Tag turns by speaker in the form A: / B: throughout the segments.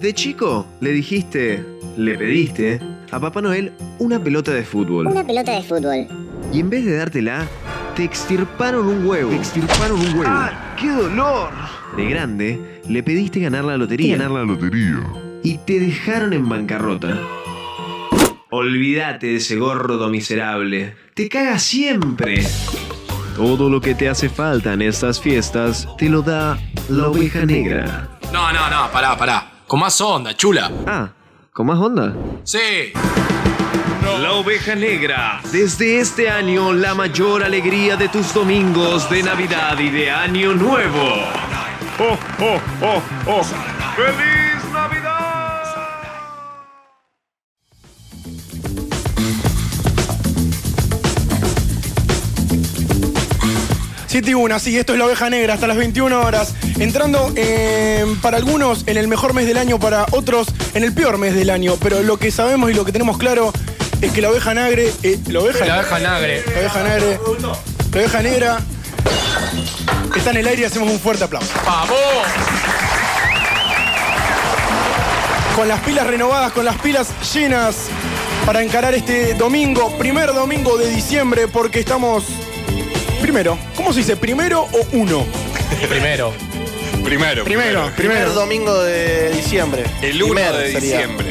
A: De chico, le dijiste, le pediste a Papá Noel una pelota de fútbol.
B: Una pelota de fútbol.
A: Y en vez de dártela, te extirparon un huevo. Te extirparon un huevo.
C: Ah, ¡Qué dolor!
A: De grande, le pediste ganar la lotería.
D: la lotería.
A: Y te dejaron en bancarrota. Olvídate de ese gordo miserable. Te caga siempre. Todo lo que te hace falta en estas fiestas te lo da la oveja negra.
E: No, no, no, pará, pará. Con más onda, chula.
A: Ah, ¿con más onda?
E: Sí.
A: La oveja negra. Desde este año, la mayor alegría de tus domingos de Navidad y de Año Nuevo.
D: ¡Oh, oh, oh, oh! ¡Feliz Navidad!
F: Siete y una, sí, esto es la oveja negra hasta las 21 horas. Entrando eh, para algunos en el mejor mes del año, para otros en el peor mes del año. Pero lo que sabemos y lo que tenemos claro es que la oveja negra. eh, la oveja,
E: La abeja nagre.
F: la oveja negra. La oveja negra. Está en el aire y hacemos un fuerte aplauso.
E: ¡Vamos!
F: Con las pilas renovadas, con las pilas llenas para encarar este domingo, primer domingo de diciembre, porque estamos. Primero, ¿cómo se dice? ¿Primero o uno?
E: Primero.
G: Primero.
F: Primero,
C: Primer domingo de diciembre.
G: El 1
C: Primer
G: de
C: sería.
G: diciembre.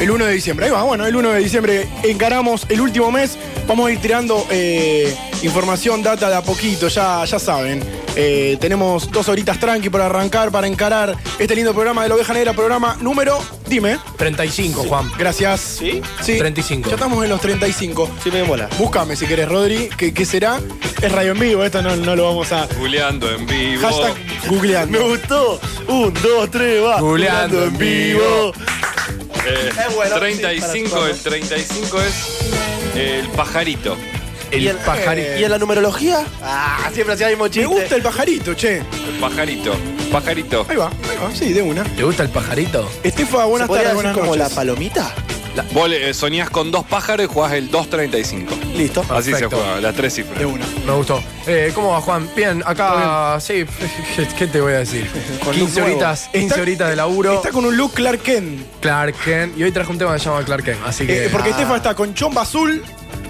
F: El 1 de diciembre, ahí va, bueno, el 1 de diciembre encaramos el último mes, vamos a ir tirando eh, información, data de a poquito, ya, ya saben. Eh, tenemos dos horitas tranqui para arrancar, para encarar este lindo programa de la oveja negra, programa número, dime,
E: 35, Juan.
F: gracias.
C: ¿Sí?
F: Sí,
E: 35.
F: Ya estamos en los 35.
C: Sí, me mola.
F: Búscame si querés, Rodri, ¿qué, qué será? Es radio en vivo, esto no, no lo vamos a...
G: Juliando en vivo.
F: Hashtag
C: Me
F: googleando.
C: gustó. Un, dos, tres, va.
E: Googleando en vivo.
G: Eh,
C: Es bueno, sí,
G: 35,
C: para
G: el 35 es el pajarito.
E: El,
C: Y el-
E: pajarito.
C: ¿Y en la numerología? Ah, siempre hacía el mismo chiste.
F: Me Eh, gusta el pajarito, che.
G: El pajarito. Pajarito.
F: Ahí va, ahí va, sí, de una.
E: ¿Te gusta el pajarito?
F: Estefa,
C: ¿Se
F: buenas
C: podría
F: tardes, buenas
C: decir como la
F: noches.
C: palomita?
G: Vos eh, soñás con dos pájaros y jugás el 235.
C: Listo.
G: Así se
E: Perfecto.
G: juega, las tres
F: Ah, de
G: cifras.
F: una.
E: Me gustó. Eh, ¿Cómo va, Juan? Bien, acá. Sí, ¿qué, qué te voy a decir?
C: Con
E: 15
C: look nuevo.
E: horitas, 15
F: Está-
E: horitas de laburo.
F: Está con un look Clark Kent.
E: Clark Kent. Y hoy traje un tema que se llama Clark Kent. Así que.
F: Eh, porque Estefa está con chomba azul.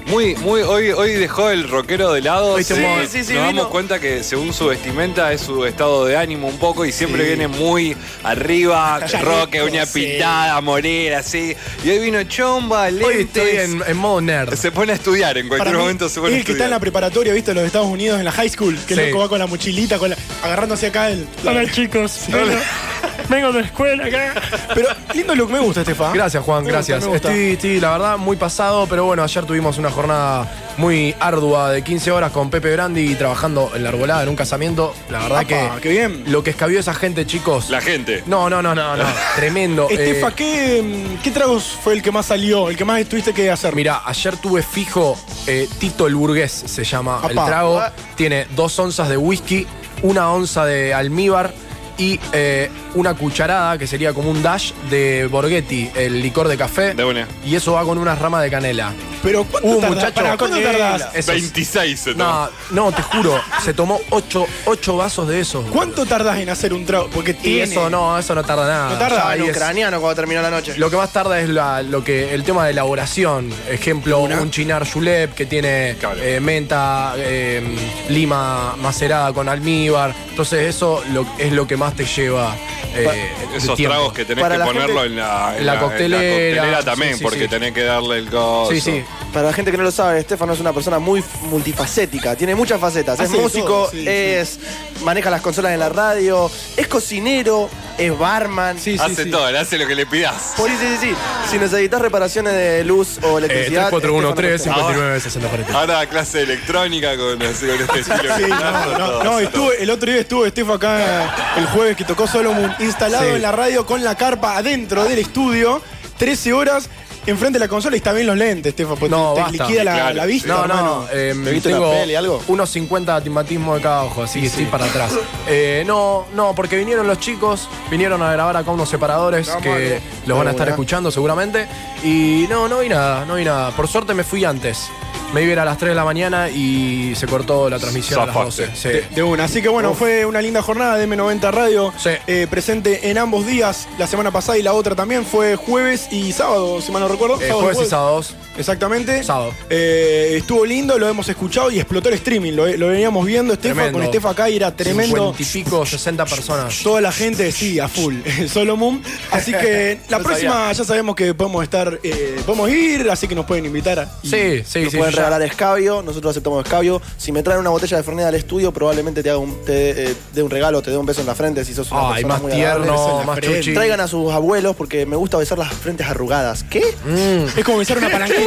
G: Muy, muy, hoy, hoy dejó el rockero de lado.
F: Hoy te
G: sí,
F: mueve.
G: sí,
C: Sí, sí,
G: Nos
C: vino.
G: damos cuenta que según su vestimenta es su estado de ánimo un poco y siempre viene muy arriba, rock, uña pintada, morera, así. Y hoy vino chomba, lentes.
E: hoy estoy en, en modo nerd.
G: Se pone a estudiar, en
F: Para
G: cualquier
F: mí,
G: momento se
F: es
G: pone a
F: el que está en la
G: estudiar.
F: preparatoria, ¿viste? En los Estados Unidos, en la high school. Que
E: Sí.
F: loco va con la mochilita, con la, agarrándose acá el.
H: Hola chicos, Bueno, vengo de escuela acá.
F: Pero lindo look, me gusta, Estefa.
E: Gracias, Juan,
F: Ah, Me
E: gracias.
F: gusta, me gusta.
E: Estoy, estoy, la verdad, muy pasado, pero bueno, ayer tuvimos una jornada muy ardua de 15 horas con Pepe Brandi trabajando en la arbolada en un casamiento. La verdad
F: Apa,
E: que.
F: qué bien.
E: Lo que escabió esa gente, chicos.
G: La gente.
E: No, no, no, no, no. Tremendo.
F: Estefa,
E: Eh,
F: ¿qué, mm, ¿qué tragos fue el que más salió? El que más tuviste que hacer.
E: Mirá, ayer tuve fijo eh, Tito el Burgués, se llama el
F: Apá.
E: trago. Tiene dos onzas de whisky, una onza de almíbar y eh, una cucharada, que sería como un dash, de Borghetti, el licor de café.
G: De una.
E: Y eso va con una rama de canela.
F: Pero ¿cuánto
E: Uh,
F: tardás?
E: muchacho.
F: Pará, ¿cuánto
E: Canela.
F: tardás?
E: Esos-
G: 26 se toma.
E: No, no, te juro, se tomó ocho, ocho vasos de eso.
F: ¿Cuánto tardás en hacer un trago? Porque
E: Y
F: tiene-
E: eso no, eso no tarda
F: No
E: nada.
F: tarda,
E: Ya
C: Estaba
E: ahí
C: en
E: es-
C: ucraniano cuando terminó la noche.
E: Lo que más tarda es la- lo que, el tema de elaboración. Ejemplo, un chinar julep que tiene
G: Claro.
E: eh, menta, eh, lima macerada con almíbar. Entonces eso lo- es lo que más te lleva eh, de
G: Esos
E: tiempo.
G: tragos que tenés
C: Para
G: que
C: la
G: ponerlo
C: gente-
G: en la, en
E: La
G: en
E: coctelera,
G: coctelera también,
E: sí, sí,
G: porque
E: sí.
G: tenés que darle el gozo.
E: Sí, sí.
C: Para la gente que no lo sabe, Estefano es una persona muy multifacética, tiene muchas facetas. Es
F: Hace de
C: músico,
F: todo, sí, sí.
C: es maneja las consolas en la radio, es cocinero, es barman.
F: Sí, sí,
G: hace
F: sí.
G: todo, le hace lo que le pidas.
C: Por- sí, sí, sí. Si necesitas reparaciones de luz o
E: Eh,
C: electricidad. este Estefano
E: 3413 59
G: Ahora clase de electrónica con, así, con este estilo.
F: Sí, no, no, no, estuve, el otro día estuvo Estefa acá el jueves que tocó Solomon instalado
E: Sí.
F: en la radio con la carpa adentro del estudio, 13 horas, enfrente de la consola y está bien los lentes, Estefa, porque
E: No,
F: te
E: basta.
F: liquida la,
G: Claro,
F: la vista.
E: No,
F: hermano.
E: no, eh,
C: ¿Te viste una
E: tengo
C: peli, algo?
E: unos 50 atimatismo de cada ojo, así que estoy para atrás. Eh, no, no, porque vinieron los chicos, vinieron a grabar acá unos separadores que los van a estar
C: Bueno.
E: escuchando seguramente. Y no, no vi nada, no vi nada. Por suerte me fui antes. Me iba a ir a las 3 de la mañana y se cortó la transmisión a las
G: Zafaste.
E: 12. Sí.
F: De, de una. Así que bueno, fue una linda jornada de M90 Radio.
E: Sí.
F: eh, presente en ambos días, la semana pasada y la otra también. Fue jueves y sábado, si mal no recuerdo.
E: Eh,
F: Sábado,
E: jueves y sábados.
F: Exactamente.
E: Sábado.
F: Eh, estuvo lindo, lo hemos escuchado y explotó el streaming. Lo, lo veníamos viendo, Estefa,
E: Tremendo.
F: con Estefa acá y era tremendo.
E: 50 y pico, 60 personas.
F: Toda la gente, sí, a full. Solo Moon. Así que la
G: Yo
F: próxima
G: sabía.
F: ya sabemos que podemos estar, eh, podemos ir, así que nos pueden invitar. a- y-
E: Sí, sí,
C: Nos
E: sí.
C: pueden
E: yo ya-
C: regalar escabio, nosotros aceptamos escabio. Si me traen una botella de Fernet al estudio, probablemente te, haga un, te eh, dé un regalo, te dé un beso en la frente si sos una
E: Ay,
C: persona
E: más
C: muy agradable.
F: Eso en
E: tierno,
F: la
E: más
F: frente.
E: chuchi.
C: Traigan a sus abuelos porque me gusta besar las frentes arrugadas. ¿Qué?
E: Mm,
F: Es como besar una palanqueta.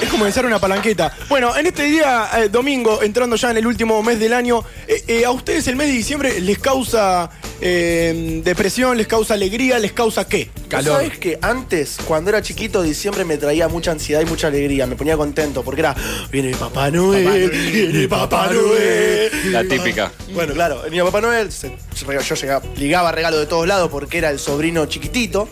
F: Es como besar una palanqueta. Bueno, en este día, eh, domingo, entrando ya en el último mes del año, eh, eh, ¿a ustedes el mes de diciembre les causa eh, depresión, les causa alegría, les causa qué?
E: Calor.
C: ¿Sabes que antes, cuando era chiquito, diciembre me traía mucha ansiedad y mucha alegría? Me ponía contento porque era, viene Papá Noel, viene Papá Noel.
G: La típica.
C: Bueno, claro, venía Papá Noel, se- yo llegaba, ligaba regalo de todos lados porque era el sobrino chiquitito.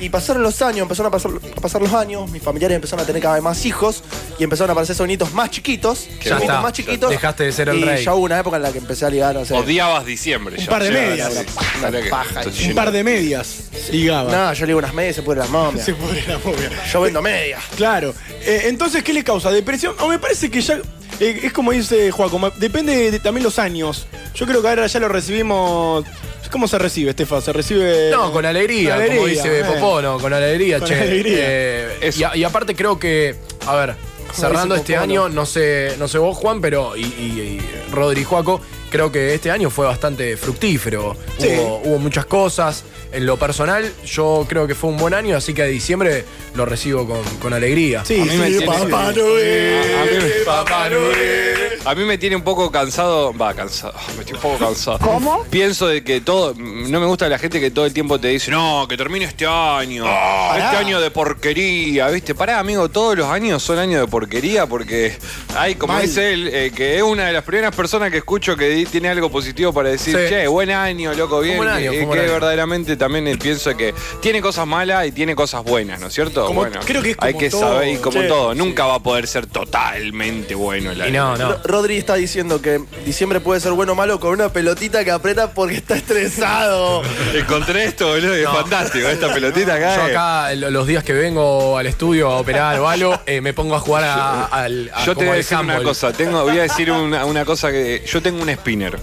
C: Y pasaron los años, empezaron a pasar, a pasar los años, mis familiares empezaron a tener cada vez más hijos y empezaron a aparecer sobrinitos más chiquitos,
G: Ya
C: sobrinitos
E: está,
C: más chiquitos.
E: dejaste de ser el
C: y
E: rey.
C: Ya hubo una época en la que empecé a ligar, no sé.
G: Odiabas diciembre.
F: Un
G: ya.
F: par de
G: Llegaba
F: medias.
G: la-
C: Una
G: Mirá que
C: paja.
G: estoy
F: Un
G: lleno.
F: par de medias ligaba.
C: No, yo ligo unas medias y se pudre las momias.
F: Se pudre la momia.
C: Yo vendo medias.
F: Claro. Eh, entonces, ¿qué les causa? ¿Depresión? O me parece que ya. eh, es como dice Joaco, ma- depende de también los años. Yo creo que ahora ya lo recibimos. ¿Cómo se recibe, Estefa? ¿Se recibe.?
E: No, con alegría,
F: Eh, Con
E: como
F: alegría,
E: dice
F: eh.
E: Popono, con alegría,
F: Con
E: che.
F: alegría.
E: Eh, y, a- y aparte creo que, a ver, cerrando
F: dice
E: este
F: Popono.
E: año, no sé, no sé vos, Juan, pero y, y- y Rodri y Joaco, creo que este año fue bastante fructífero.
F: Sí.
E: Hubo, hubo muchas cosas. En lo personal, yo creo que fue un buen año, así que a diciembre lo recibo con, con alegría.
F: Sí,
G: A mí me
F: sí,
G: tiene-
F: Papá
G: A- a mí
F: Noel.
G: me-
F: Papá Noel.
G: A mí me tiene un poco cansado. Va, cansado. Me estoy un poco cansado. ¿Cómo? Pienso de que todo. No me gusta la gente que todo el tiempo te dice, no, que termine este año.
E: Ah,
G: este año de porquería, ¿viste? Pará, amigo, todos los años son años de porquería porque hay, como
F: Mal.
G: dice él, eh, que es una de las primeras personas que escucho que di- tiene algo positivo para decir,
E: Sí.
G: che, buen año, loco, bien.
E: buen año,
G: y
E: fue un
G: que
E: buen año.
G: verdaderamente también eh, pienso que tiene cosas malas y tiene cosas buenas, ¿no es cierto?
F: Como-
G: bueno,
F: creo que es
G: hay
F: como
G: que
F: todo,
G: saber, y como
F: che,
G: todo, nunca va a poder ser totalmente bueno el
E: Y
G: año.
E: no, no.
C: Ro- Rodri está diciendo que diciembre puede ser bueno o malo con una pelotita que aprieta porque está estresado.
G: Encontré esto, boludo, es fantástico. Esta pelotita acá.
E: Yo
G: eh.
E: acá, lo- los días que vengo al estudio a operar o algo, eh, me pongo a jugar a- al a-
G: Yo te
E: ah, como
G: voy a
E: al
G: decir una
E: handball.
G: cosa, tengo, voy a decir una, una cosa que yo tengo un spinner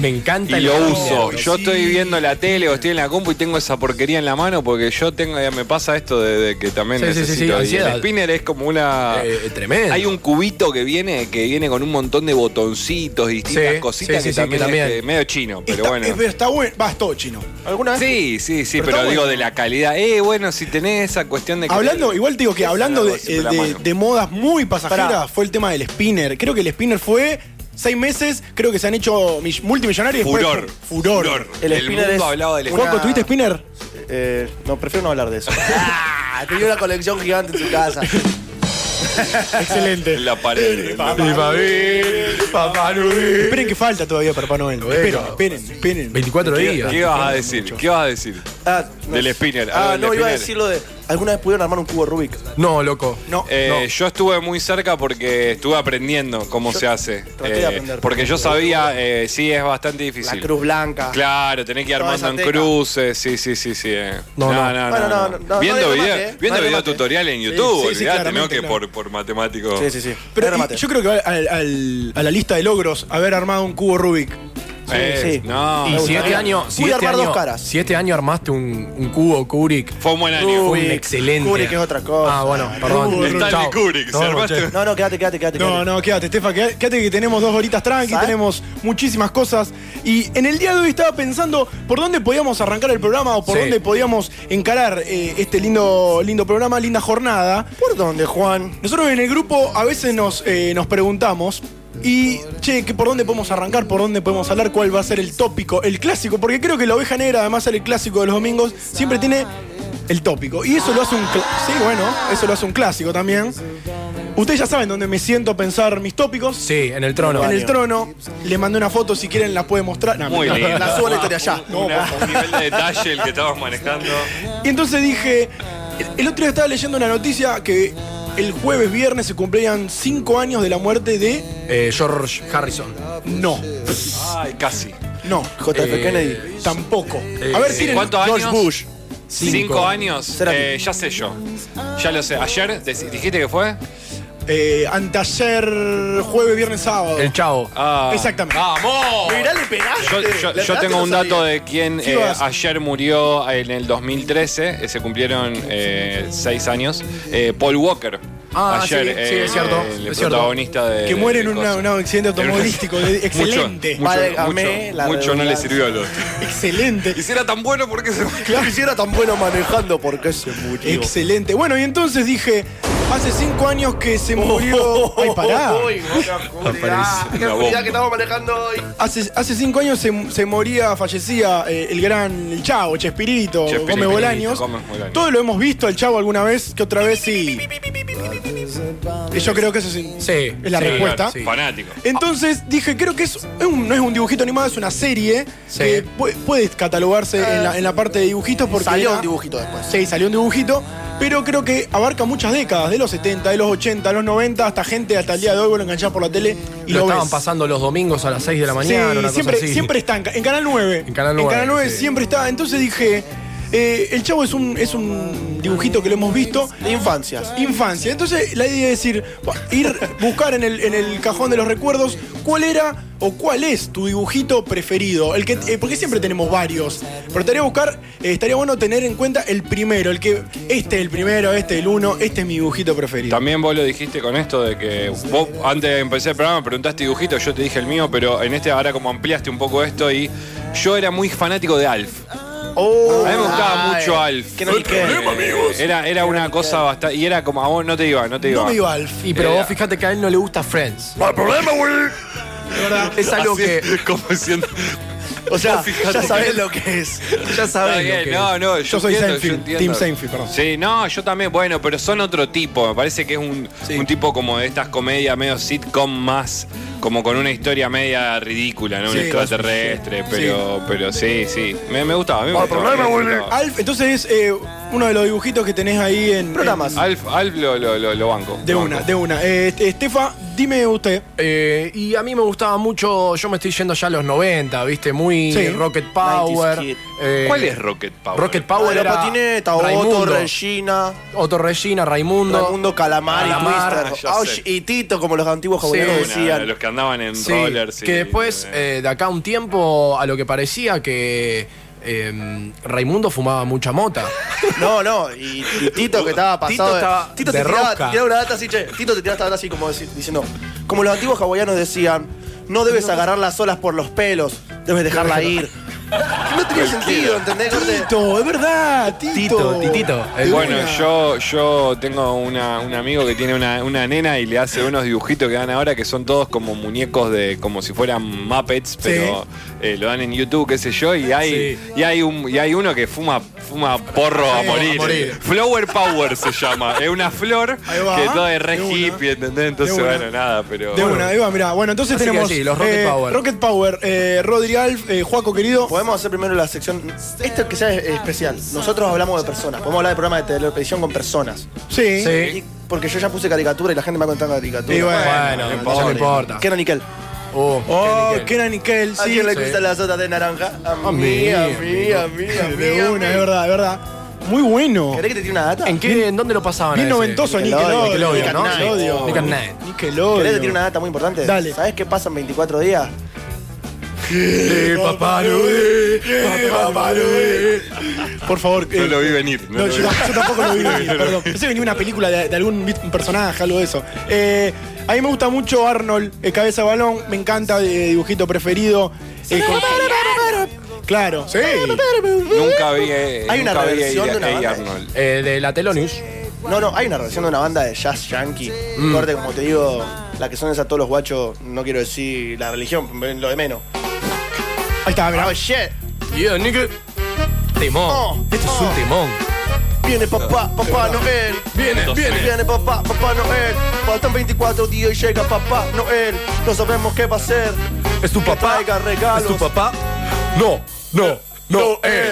E: Me encanta
G: y
E: el
G: lo
E: handball.
G: uso. Yo estoy viendo la tele o estoy en la compu y tengo esa porquería en la mano porque yo tengo, ya me pasa esto de, de que también
E: Sí, sí, sí,
G: necesito.
E: sí,
G: y
E: ansiedad.
G: el spinner es como una
E: Eh, tremendo.
G: Hay un cubito que viene, que viene con un montón de botoncitos, distintas
E: Sí,
G: cositas que,
E: sí, sí, sí,
G: también
E: que también.
G: es, eh, medio chino, pero
F: Está-
G: bueno.
F: es- pero está bueno. Va, es todo chino.
C: ¿Alguna vez?
G: Sí, sí, sí,
F: Pero
G: pero,
F: está
G: digo
F: bueno.
G: de la calidad. Eh, bueno, si tenés esa cuestión de que
F: Hablando, igual te digo que
G: Es
F: hablando
G: algo
F: de, eh,
E: eh,
G: siempre la
F: de-
G: mano.
F: de modas muy pasajeras,
C: Pará.
F: fue el tema del spinner. Creo que el spinner fue seis meses, creo que se han hecho mi- multimillonarios. y después
G: Furor.
F: fu- Furor.
C: El
G: El,
C: spinner
G: mundo
C: es
G: hablaba del
C: una-
F: Juanco, ¿tuviste spinner?
C: Eh, no, prefiero no hablar de eso. Ah, Tenía una colección gigante en su casa.
F: Excelente.
G: En la pared.
F: Esperen que falta todavía para Papá Noel. Esperen, esperen, esperen.
E: 24 días.
G: ¿Qué ibas a decir? ¿Qué ibas a decir?
C: Ah,
G: Del spinner,
C: Ah,
G: ah, del
C: no, iba a
G: spinner.
C: decir lo de. ¿Alguna vez pudieron armar un cubo Rubik?
E: No, loco.
F: No,
G: Eh, Yo estuve muy cerca porque estuve aprendiendo cómo se hace.
C: traté de
G: Eh,
C: aprender.
G: porque yo sabía, eh, sí, es bastante
C: La
G: difícil.
C: Cruz Blanca.
G: Claro, tenés que ir
C: Toda
G: armando
C: esa
G: en
C: teca.
G: cruces, sí, sí, sí, sí. eh.
E: No, no.
C: Bueno, no, no, no,
G: viendo
C: no hay
G: video,
C: remate,
G: viendo
C: eh. No hay
G: video
C: remate.
G: tutorial en YouTube,
F: sí, sí,
G: olvidate,
F: claramente,
G: ¿no? Que
F: claro.
G: por, por matemático.
C: Sí, sí, sí.
F: Pero
C: Hay
F: y-
C: remate.
F: yo creo que va al- al- a la lista de logros haber armado un cubo Rubik.
G: Eh,
C: sí.
G: No.
E: Y si este año. Si
C: Pude
E: este
C: armar dos
E: año,
C: caras.
E: si este año armaste un, un cubo Kubrick.
G: Fue un buen año.
E: Fue un
C: Kubrick.
E: excelente.
C: Kubrick es otra cosa.
E: Ah, bueno, perdón.
G: Stanley
E: Chao.
G: Kubrick, se armaste
E: che.
G: un-
C: No, no, quédate, quédate, quédate.
F: No,
C: quédate.
F: no, quédate, Estefa, quédate, quédate que tenemos dos horitas tranqui,
C: ¿Sabes?
F: tenemos muchísimas cosas. Y en el día de hoy estaba pensando por dónde podíamos arrancar el programa o por
E: Sí.
F: dónde podíamos encarar eh, este lindo, lindo programa, linda jornada.
C: ¿Por dónde, Juan?
F: Nosotros en el grupo a veces nos, eh, nos preguntamos. Y, che, que ¿por dónde podemos arrancar? ¿Por dónde podemos hablar? ¿Cuál va a ser el tópico? El clásico, porque creo que la oveja negra, además ser el clásico de los domingos, siempre tiene el tópico. Y eso lo hace un... cl- Sí, bueno, eso lo hace un clásico también. Ustedes ya saben dónde me siento a pensar mis tópicos.
E: Sí, en el trono.
F: en el trono. Le mandé una foto, si quieren la pueden mostrar. No,
G: Muy
F: no,
G: lindo.
C: La subo a la historia ya.
F: no,
G: Una-
F: por
G: un nivel de detalle el que estabas manejando.
F: Y entonces dije, el- el otro día estaba leyendo una noticia que el jueves viernes se cumplían cinco años de la muerte de.
E: Eh, George Harrison.
F: No,
G: Ay, casi.
F: no.
C: JF
E: Eh,
C: Kennedy.
F: Tampoco. A ver, tiren.
G: eh, ¿Cuántos
F: George
G: años?
F: Bush.
G: Cinco,
E: Cinco.
G: años.
C: Será
G: Eh, ya sé yo. Ya lo sé. Ayer dec- dijiste que fue.
F: Eh, anteayer, jueves, viernes, sábado.
E: El chavo.
G: Ah.
F: Exactamente.
G: ¡Vamos!
C: Mirá, le pegaste.
G: Yo, yo-
C: Le
G: yo
C: pegaste,
G: tengo
C: no
G: un
C: sabía.
G: dato de quién
F: Sí,
G: eh,
F: vas.
G: ayer murió en el 2013, eh, se cumplieron eh, seis años. eh, Paul Walker.
E: Ah,
G: ayer, eh,
E: sí, sí, es cierto, es
G: el
E: cierto.
G: protagonista de.
F: Que muere en
G: de
F: una-
G: cosas.
F: un accidente automovilístico, de-
G: Mucho,
F: excelente.
G: Mucho,
C: Válgame
G: mucho,
C: la
G: mucho no le
C: redundancia.
G: sirvió a los.
F: Excelente.
G: Y si era tan bueno, porque se.?
C: Claro, si era tan bueno manejando, ¿por qué se murió?
F: Excelente. Bueno, y entonces dije, hace cinco años que se murió. Ay, pará.
C: Uy, buena oscuridad.
G: Aparece
C: Qué
G: una
C: oscuridad
G: bomba.
C: que estamos manejando hoy.
F: Hace, hace cinco años se, se moría, fallecía eh, el gran el Chavo, Chespirito,
G: Chespirito,
F: Gómez Bolaños.
G: Gómez Bolaños.
F: Todos lo hemos visto al Chavo alguna vez, que otra vez sí. Y Yo creo que eso sí.
E: Sí.
F: Es la
E: sí,
F: respuesta.
E: sí.
G: Fanático.
F: Entonces dije, creo que es un- no es un dibujito animado, es una serie
E: Sí.
F: que pu- puede catalogarse en, la, en la parte de dibujitos porque
C: Salió
F: era-
C: un dibujito después.
F: Sí, salió un dibujito, pero creo que abarca muchas décadas, de los 70, de los 80, de los 90, hasta gente hasta el día de hoy, vos lo enganchás por la tele y
E: Lo,
F: lo,
E: estaban
F: ves.
E: pasando los domingos a las 6 de la mañana,
F: Sí,
E: una
F: siempre,
E: cosa así.
F: siempre está en, ca- en Canal 9.
E: En Canal 9, sí.
F: siempre está. Entonces dije, eh, el chavo es un, es un dibujito que lo hemos visto.
C: De infancias.
F: Infancia. Entonces la idea es decir, bu- ir buscar en el, en el cajón de los recuerdos cuál era o cuál es tu dibujito preferido. El que, eh, porque siempre tenemos varios. Pero estaría, buscar, eh, estaría bueno tener en cuenta el primero, el que este es el primero, este es el uno, este es mi dibujito preferido.
G: También vos lo dijiste con esto de que vos antes de empezar el programa preguntaste dibujito, yo te dije el mío, pero en este ahora como ampliaste un poco esto y yo era muy fanático de Alf.
C: Oh,
G: A mí me gustaba
C: ay,
G: mucho Alf.
C: Que no me quede.
G: Era, era una cosa bastante. Y era como a vos no te iba, no te iba.
F: No me iba Alf,
E: Y pero
G: Era-
E: vos fíjate que a él no le gusta Friends.
G: Eh, No hay problema, güey.
E: Es algo
G: Así,
E: que.
G: Como siendo.
C: O sea,
G: Fíjate
C: ya
G: que-
C: sabés lo que es. Ya
G: Está
C: sabés lo
G: bien,
C: que es.
G: no, no, yo,
F: Yo soy
G: entiendo, yo
F: Seinfeld,
G: entiendo.
F: Team Seinfeld, perdón.
G: Sí, no, yo también, bueno, pero son otro tipo. Me parece que es un,
F: Sí.
G: un tipo como de estas comedias medio sitcom más, como con una historia media ridícula, ¿no?
F: Sí,
G: un extraterrestre,
F: sí.
G: pero, pero sí, sí. Me, me gustaba, a mí me gustaba, me gustaba.
F: Alf, entonces es eh, uno de los dibujitos que tenés ahí en...
C: Programas.
G: Alf, Alf lo, lo, lo, lo banco.
F: De
G: lo
F: una,
G: banco.
F: de una. Eh, este- Estefa, dime usted.
E: Eh, y a mí me gustaba mucho, yo me estoy yendo ya a los 90, ¿viste? Muy
F: Sí.
E: Rocket Power.
C: 90s kid.
E: eh,
G: ¿Cuál es Rocket Power?
E: Rocket
C: Ah,
E: Power
C: de la
E: era
C: patineta, Otto,
E: Raimundo.
C: Regina,
E: Otto Regina, Raimundo.
C: Raimundo Calamari,
E: Calamar,
G: Ah, ya
C: Twister, Ash
G: sé.
C: y Tito, como los antiguos
E: Sí,
C: jaboneros
G: De una,
C: decían.
G: los que andaban en
E: Sí,
G: rollers. y-
E: que después, eh, de acá a un tiempo, a lo que parecía que eh, Raimundo fumaba mucha mota.
C: No, no, y, y Tito que estaba pasado.
E: Tito
C: de-
E: estaba
C: Tito
E: de
C: te tiraba,
E: rosca.
C: te tiraba una data así, che. Tito te tiraba esta data así como deci- diciendo. Como los antiguos hawaianos decían, no debes agarrar las olas por los pelos, debes dejarla ir. No tenía sentido, ¿entendés? Corte?
F: Tito, es verdad, Tito.
E: Tito, Titito. El-
G: Bueno,
F: Una.
G: yo, yo tengo una- un amigo que tiene una, una nena y le hace unos dibujitos que dan ahora que son todos como muñecos de, como si fueran Muppets, pero eh, lo dan en YouTube, qué sé yo, y hay,
E: Sí.
G: y hay un y hay uno que fuma, fuma porro a
E: Ahí va, a
G: morir.
E: morir.
G: Flower Power se llama. Es una flor
F: Ahí va.
G: que todo es re
F: De una.
G: hippie, ¿entendés? Entonces,
F: De una.
G: bueno, nada, pero.
F: De una, ahí va, mirá. Bueno, entonces
E: Así que
F: tenemos.
E: sí, los Rocket
F: eh,
E: Power.
F: Rocket Power, eh, Rodri Alf, eh, Juaco querido.
C: Podemos hacer primero la sección. Esta que sea es- es especial. Nosotros hablamos de personas. Podemos hablar de programa de televisión con personas.
F: Sí.
E: Sí.
C: Y- porque yo ya puse caricatura y la gente me va a contar caricatura.
F: Y bueno,
E: Bueno, no importa. importa.
C: ¿Qué era Nickel?
E: Oh,
F: Oh,
E: qué niquel.
F: Kenan Nickel,
C: ¿A
F: sí.
C: quién le
E: sí.
C: gustan las otras de naranja? A mí,
E: mí,
C: a
E: a
C: mí, a mí, a mí.
F: De
C: a
F: una,
C: mí.
F: es verdad, es verdad. Muy bueno.
C: Oh. ¿Querés que te tire una data?
E: ¿En, qué, ¿En dónde lo pasaban?
F: Bien
E: a ese?
F: noventoso,
C: Nickelodeon,
F: Nickelodeon.
E: Nickelodeon, ¿no?
F: Nickelodeon.
E: Nick at Night.
F: Nickelodeon.
C: ¿Querés que te tire una data muy importante?
F: Dale.
C: ¿Sabés qué pasa en 24 días?
E: Eh, papá Noel, eh, papá Noel.
F: Por favor.
G: No
F: eh,
G: lo vi venir. no
F: No,
G: lo vi
F: yo,
G: venir.
F: yo tampoco lo vi venir, perdón. Pensé que venía una película de, de algún vi- un personaje, algo de eso. Eh, a mí me gusta mucho Arnold, eh, Cabeza de Balón, me encanta, eh, dibujito preferido. eh, con- Claro, sí.
G: Nunca vi. eh,
C: Hay una
G: nunca vi
C: reversión
G: a-
C: de una
G: a-
C: banda.
G: Arnold.
E: Eh, de la Telonius.
C: No, no, hay una relación de una banda de jazz yankee. Corte, como te digo, la que son esas todos los guachos, no quiero decir la religión, lo de menos.
F: Ahí está, mirá.
C: Oh shit,
E: Yeah, nigga. Temón.
C: Oh,
E: Esto Este es un
C: oh.
E: temón.
C: viene papá, papá Noel.
E: Viene, viene.
C: Viene papá, papá Noel. Faltan 24 días y llega papá Noel. No sabemos qué va a hacer.
E: ¿Es tu papá?
C: traiga regalos.
E: ¿Es tu papá? No, no, no, eh.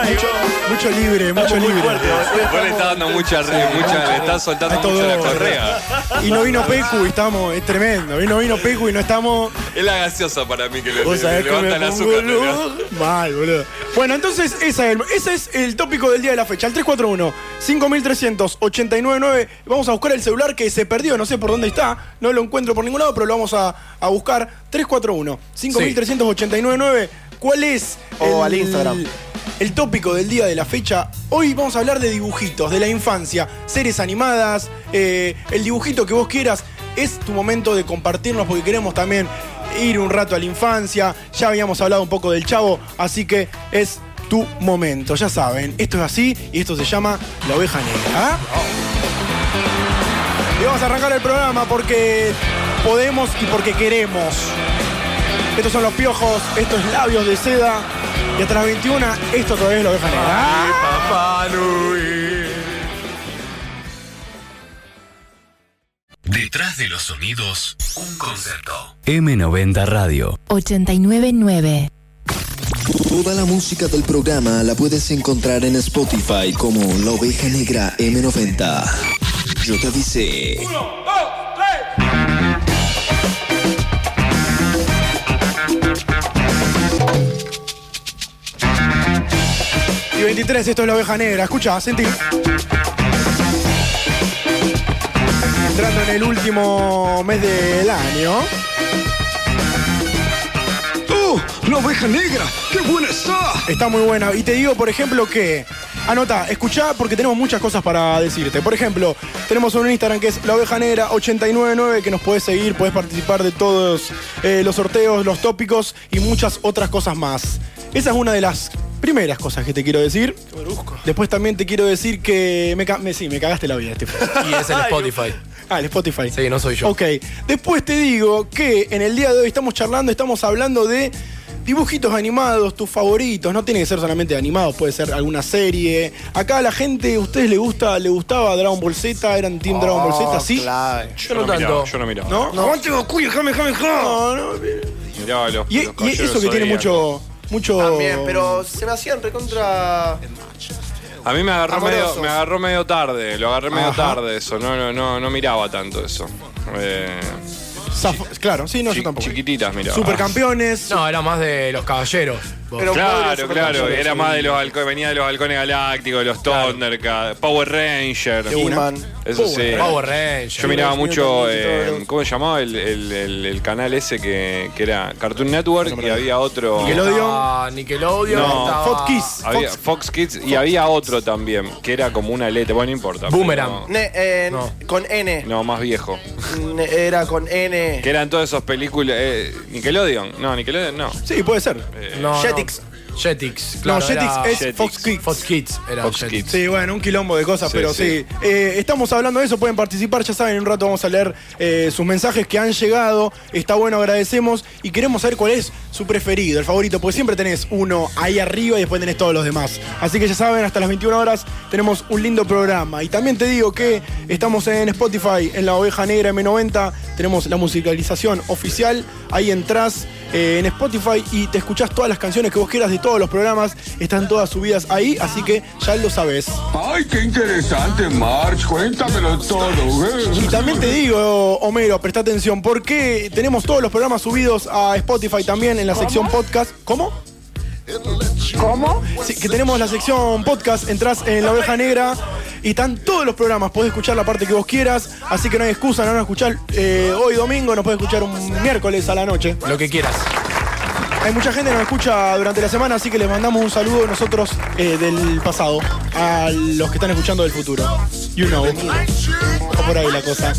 C: Ay, yo-
F: Mucho libre, mucho libre.
G: Vos le está dando mucha, re- mucha le está soltando
F: Hay todo-
G: mucho la correa.
F: Y no vino Pecu y estamos, es tremendo. Y no vino Pecu y no estamos.
G: Es la gaseosa para mí que le,
F: Vos
G: le-
F: sabés
G: le
F: que me
G: levanta el
F: pongo
G: azúcar. le-
F: loco. Mal, boludo. Bueno, entonces esa es el- ese es el tópico del día de la fecha. El 341 53899 Vamos a buscar el celular que se perdió, no sé por dónde está. No lo encuentro por ningún lado, pero lo vamos a, a buscar. 341 53899 ¿Cuál es?
C: O al Instagram.
F: El tópico del día de la fecha, hoy vamos a hablar de dibujitos, de la infancia, series animadas, eh, el dibujito que vos quieras. Es tu momento de compartirnos porque queremos también ir un rato a la infancia. Ya habíamos hablado un poco del chavo, así que es tu momento. Ya saben, esto es así y esto se llama La Oveja Negra. ¿ah? Y vamos a arrancar el programa porque podemos y porque queremos. Estos son los piojos, estos labios de seda. Y hasta las 21, esto todavía es la oveja negra.
B: Detrás de los sonidos, un concepto. M90 Radio.
I: 899.
J: Toda la música del programa la puedes encontrar en Spotify como La Oveja Negra M90. Yo te avisé.
F: Y 23, esto es la oveja negra. Escucha, sentí. Entrando en el último mes del año.
D: ¡Oh! ¡La oveja negra! ¡Qué buena está!
F: Está muy buena. Y te digo, por ejemplo, que. Anota, escuchá porque tenemos muchas cosas para decirte. Por ejemplo, tenemos un Instagram que es la oveja negra 899 que nos puedes seguir, puedes participar de todos eh, los sorteos, los tópicos y muchas otras cosas más. Esa es una de las primeras cosas que te quiero decir. Después también te quiero decir que me, ca- me- sí, me cagaste la vida, Estefan.
E: Y es el Spotify.
F: Ah, el Spotify.
E: Sí, no soy yo.
F: Ok. Después te digo que en el día de hoy estamos charlando, estamos hablando de dibujitos animados, tus favoritos. No tiene que ser solamente animados, puede ser alguna serie. Acá a la gente, ¿a ustedes le gusta, le gustaba Dragon Ball Z? ¿Eran Team Dragon Ball Z? Sí.
C: Oh, Clave.
E: Yo no tanto.
G: miraba, yo no miraba.
F: ¿No? No, no, no.
G: Miraba los,
F: Y,
G: los
F: y
G: caballeros
F: eso que
G: Zodíaco.
F: tiene mucho. Mucho.
C: También, pero se me hacían recontra.
G: A mí me agarró, medio,
C: Amorosos.
G: me agarró medio tarde, lo agarré medio
F: Ajá.
G: tarde eso, no, no, no, no miraba tanto eso. Eh,
F: zaf- claro, sí, no,
G: chi-
F: yo tampoco.
G: chiquititas miraba.
F: Supercampeones.
E: No, era más de los caballeros. Vos.
C: Pero podría
G: Claro,
C: ser
G: claro,
C: supercampeones,
G: era
C: sí.
G: más de los halcones, venía de los halcones galácticos, de los Thundercats, Power Rangers.
C: He-Man.
G: Eso sí.
E: Power Rangers.
G: Yo miraba
C: Rangers,
G: mucho,
C: Teenage Mutant
G: eh,
C: Turtles.
G: ¿cómo se llamaba el, el- el- el canal ese que, que era Cartoon Network y había otro...
F: Nickelodeon.
E: Estaba Nickelodeon.
G: No.
E: estaba-
F: Fox Kids.
G: Había
F: Fox-
G: Fox Kids y había otro también, que era como una aleta, bueno, no importa.
E: Boomerang.
G: pero
C: Ne- eh,
E: No.
C: Con N.
G: No, no, más viejo.
C: Ne- Era con N.
G: Que eran todas esas películas. eh, Nickelodeon. No, Nickelodeon no.
F: Sí, puede ser.
E: No, no.
C: Jetix.
E: Jetix,
F: No,
E: Eh, claro.
F: Jetix
E: era-
F: es
G: Jetix.
F: Fox Kids.
E: Fox Kids era
G: Fox
E: Jetix.
G: Kids.
F: Sí, bueno, un quilombo de cosas,
G: Sí,
F: pero sí.
G: sí.
F: Eh, estamos hablando de eso, pueden participar, ya saben, en un rato vamos a leer eh, sus mensajes que han llegado. Está bueno, agradecemos y queremos saber cuál es su preferido, el favorito, porque siempre tenés uno ahí arriba y después tenés todos los demás. Así que ya saben, hasta las 21 horas tenemos un lindo programa. Y también te digo que estamos en Spotify, en la oveja negra M90, tenemos la musicalización oficial, ahí entras eh, en Spotify y te escuchás todas las canciones que vos quieras de todos los programas, están todas subidas ahí, así que ya lo sabes.
D: ¡Ay, qué interesante, March! Cuéntamelo todo. ¿eh?
F: Y también te digo, Homero, presta atención, porque tenemos todos los programas subidos a Spotify también en la sección podcast. ¿Cómo? ¿Cómo? Sí, que tenemos la sección podcast, entras en La Oveja Negra y están todos los programas, podés escuchar la parte que vos quieras, así que no hay excusa, no van a escuchar eh, hoy domingo, nos podés escuchar un miércoles a la noche.
E: Lo que quieras.
F: Hay mucha gente que nos escucha durante la semana, así que les mandamos un saludo nosotros eh, del pasado a los que están escuchando del futuro. You know. Está por ahí la cosa.